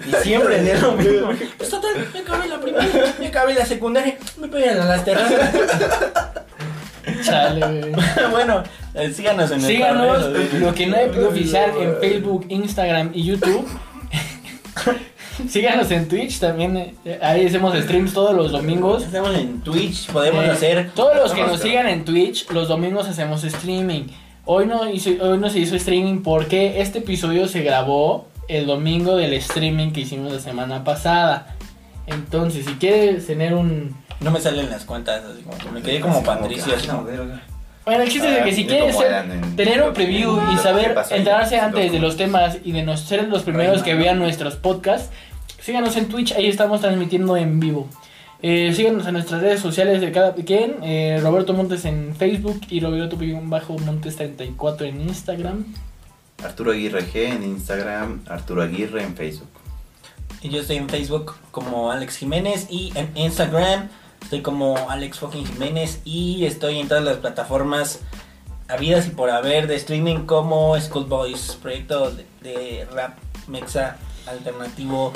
S2: Y siempre decía lo mismo. Pues total, me acabé la primaria, me acabé la secundaria, me puedo ir a las terrazas.
S1: Chale, güey.
S2: bueno, eh, síganos en nuestras
S1: Síganos, eh,
S2: redes sociales.
S1: lo que nadie pidió oficial en Facebook, Instagram y YouTube. Síganos en Twitch también. eh, Ahí hacemos streams todos los domingos.
S2: Estamos en Twitch, podemos
S1: Eh,
S2: hacer.
S1: Todos los que
S3: Vamos,
S1: nos
S3: claro.
S1: sigan en Twitch, los domingos hacemos streaming. Hoy no, hizo- hoy no se hizo streaming porque este episodio se grabó el domingo del streaming que hicimos la semana pasada. Entonces, si quieres tener un...
S2: No me salen las cuentas, así como que me quedé como
S3: Así como
S2: Patricio.
S3: que,
S2: así como-
S1: Bueno, el chiste es de que si
S3: Ah,
S1: quieres
S3: como
S1: ser-
S3: eran en-
S1: tener un preview y
S3: ¿Qué
S1: saber
S3: pasó ahí?
S1: enterarse antes de
S3: Loco.
S1: los temas y de no ser los primeros que vean nuestros podcasts, síganos en Twitch, ahí estamos transmitiendo en vivo. Eh, síganos en nuestras redes sociales de cada quien, eh, Roberto Montes en Facebook y Roberto bajo Montes 34 en Instagram.
S3: Arturo Aguirre G en Instagram, Arturo Aguirre en Facebook.
S2: Y yo estoy en Facebook como Alex Jiménez y en Instagram estoy como Alex fucking Jiménez y estoy en todas las plataformas habidas y por haber de streaming como Schoolboys, proyecto de, de rap mexa alternativo,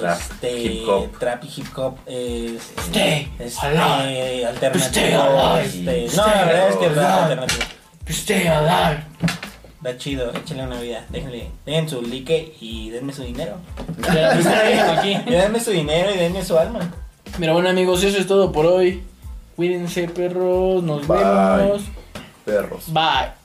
S3: Rap,
S2: este,
S3: hip hop.
S2: trap y hip hop, este,
S1: Stay
S2: este,
S1: alive. Stay
S2: alternativo,
S3: alive.
S2: este, no, la verdad es que
S3: Stay
S2: rap
S1: alive.
S2: alternativo.
S1: Stay alive.
S2: Está chido, échenle una vida, déjenle, den su like y denme su dinero.
S1: De la persona que vino pues, aquí.
S2: Y denme su dinero y denme su alma.
S1: Mira, bueno amigos, eso es todo por hoy. Cuídense perros, nos
S3: Bye.
S1: vemos.
S3: Perros.
S1: Bye.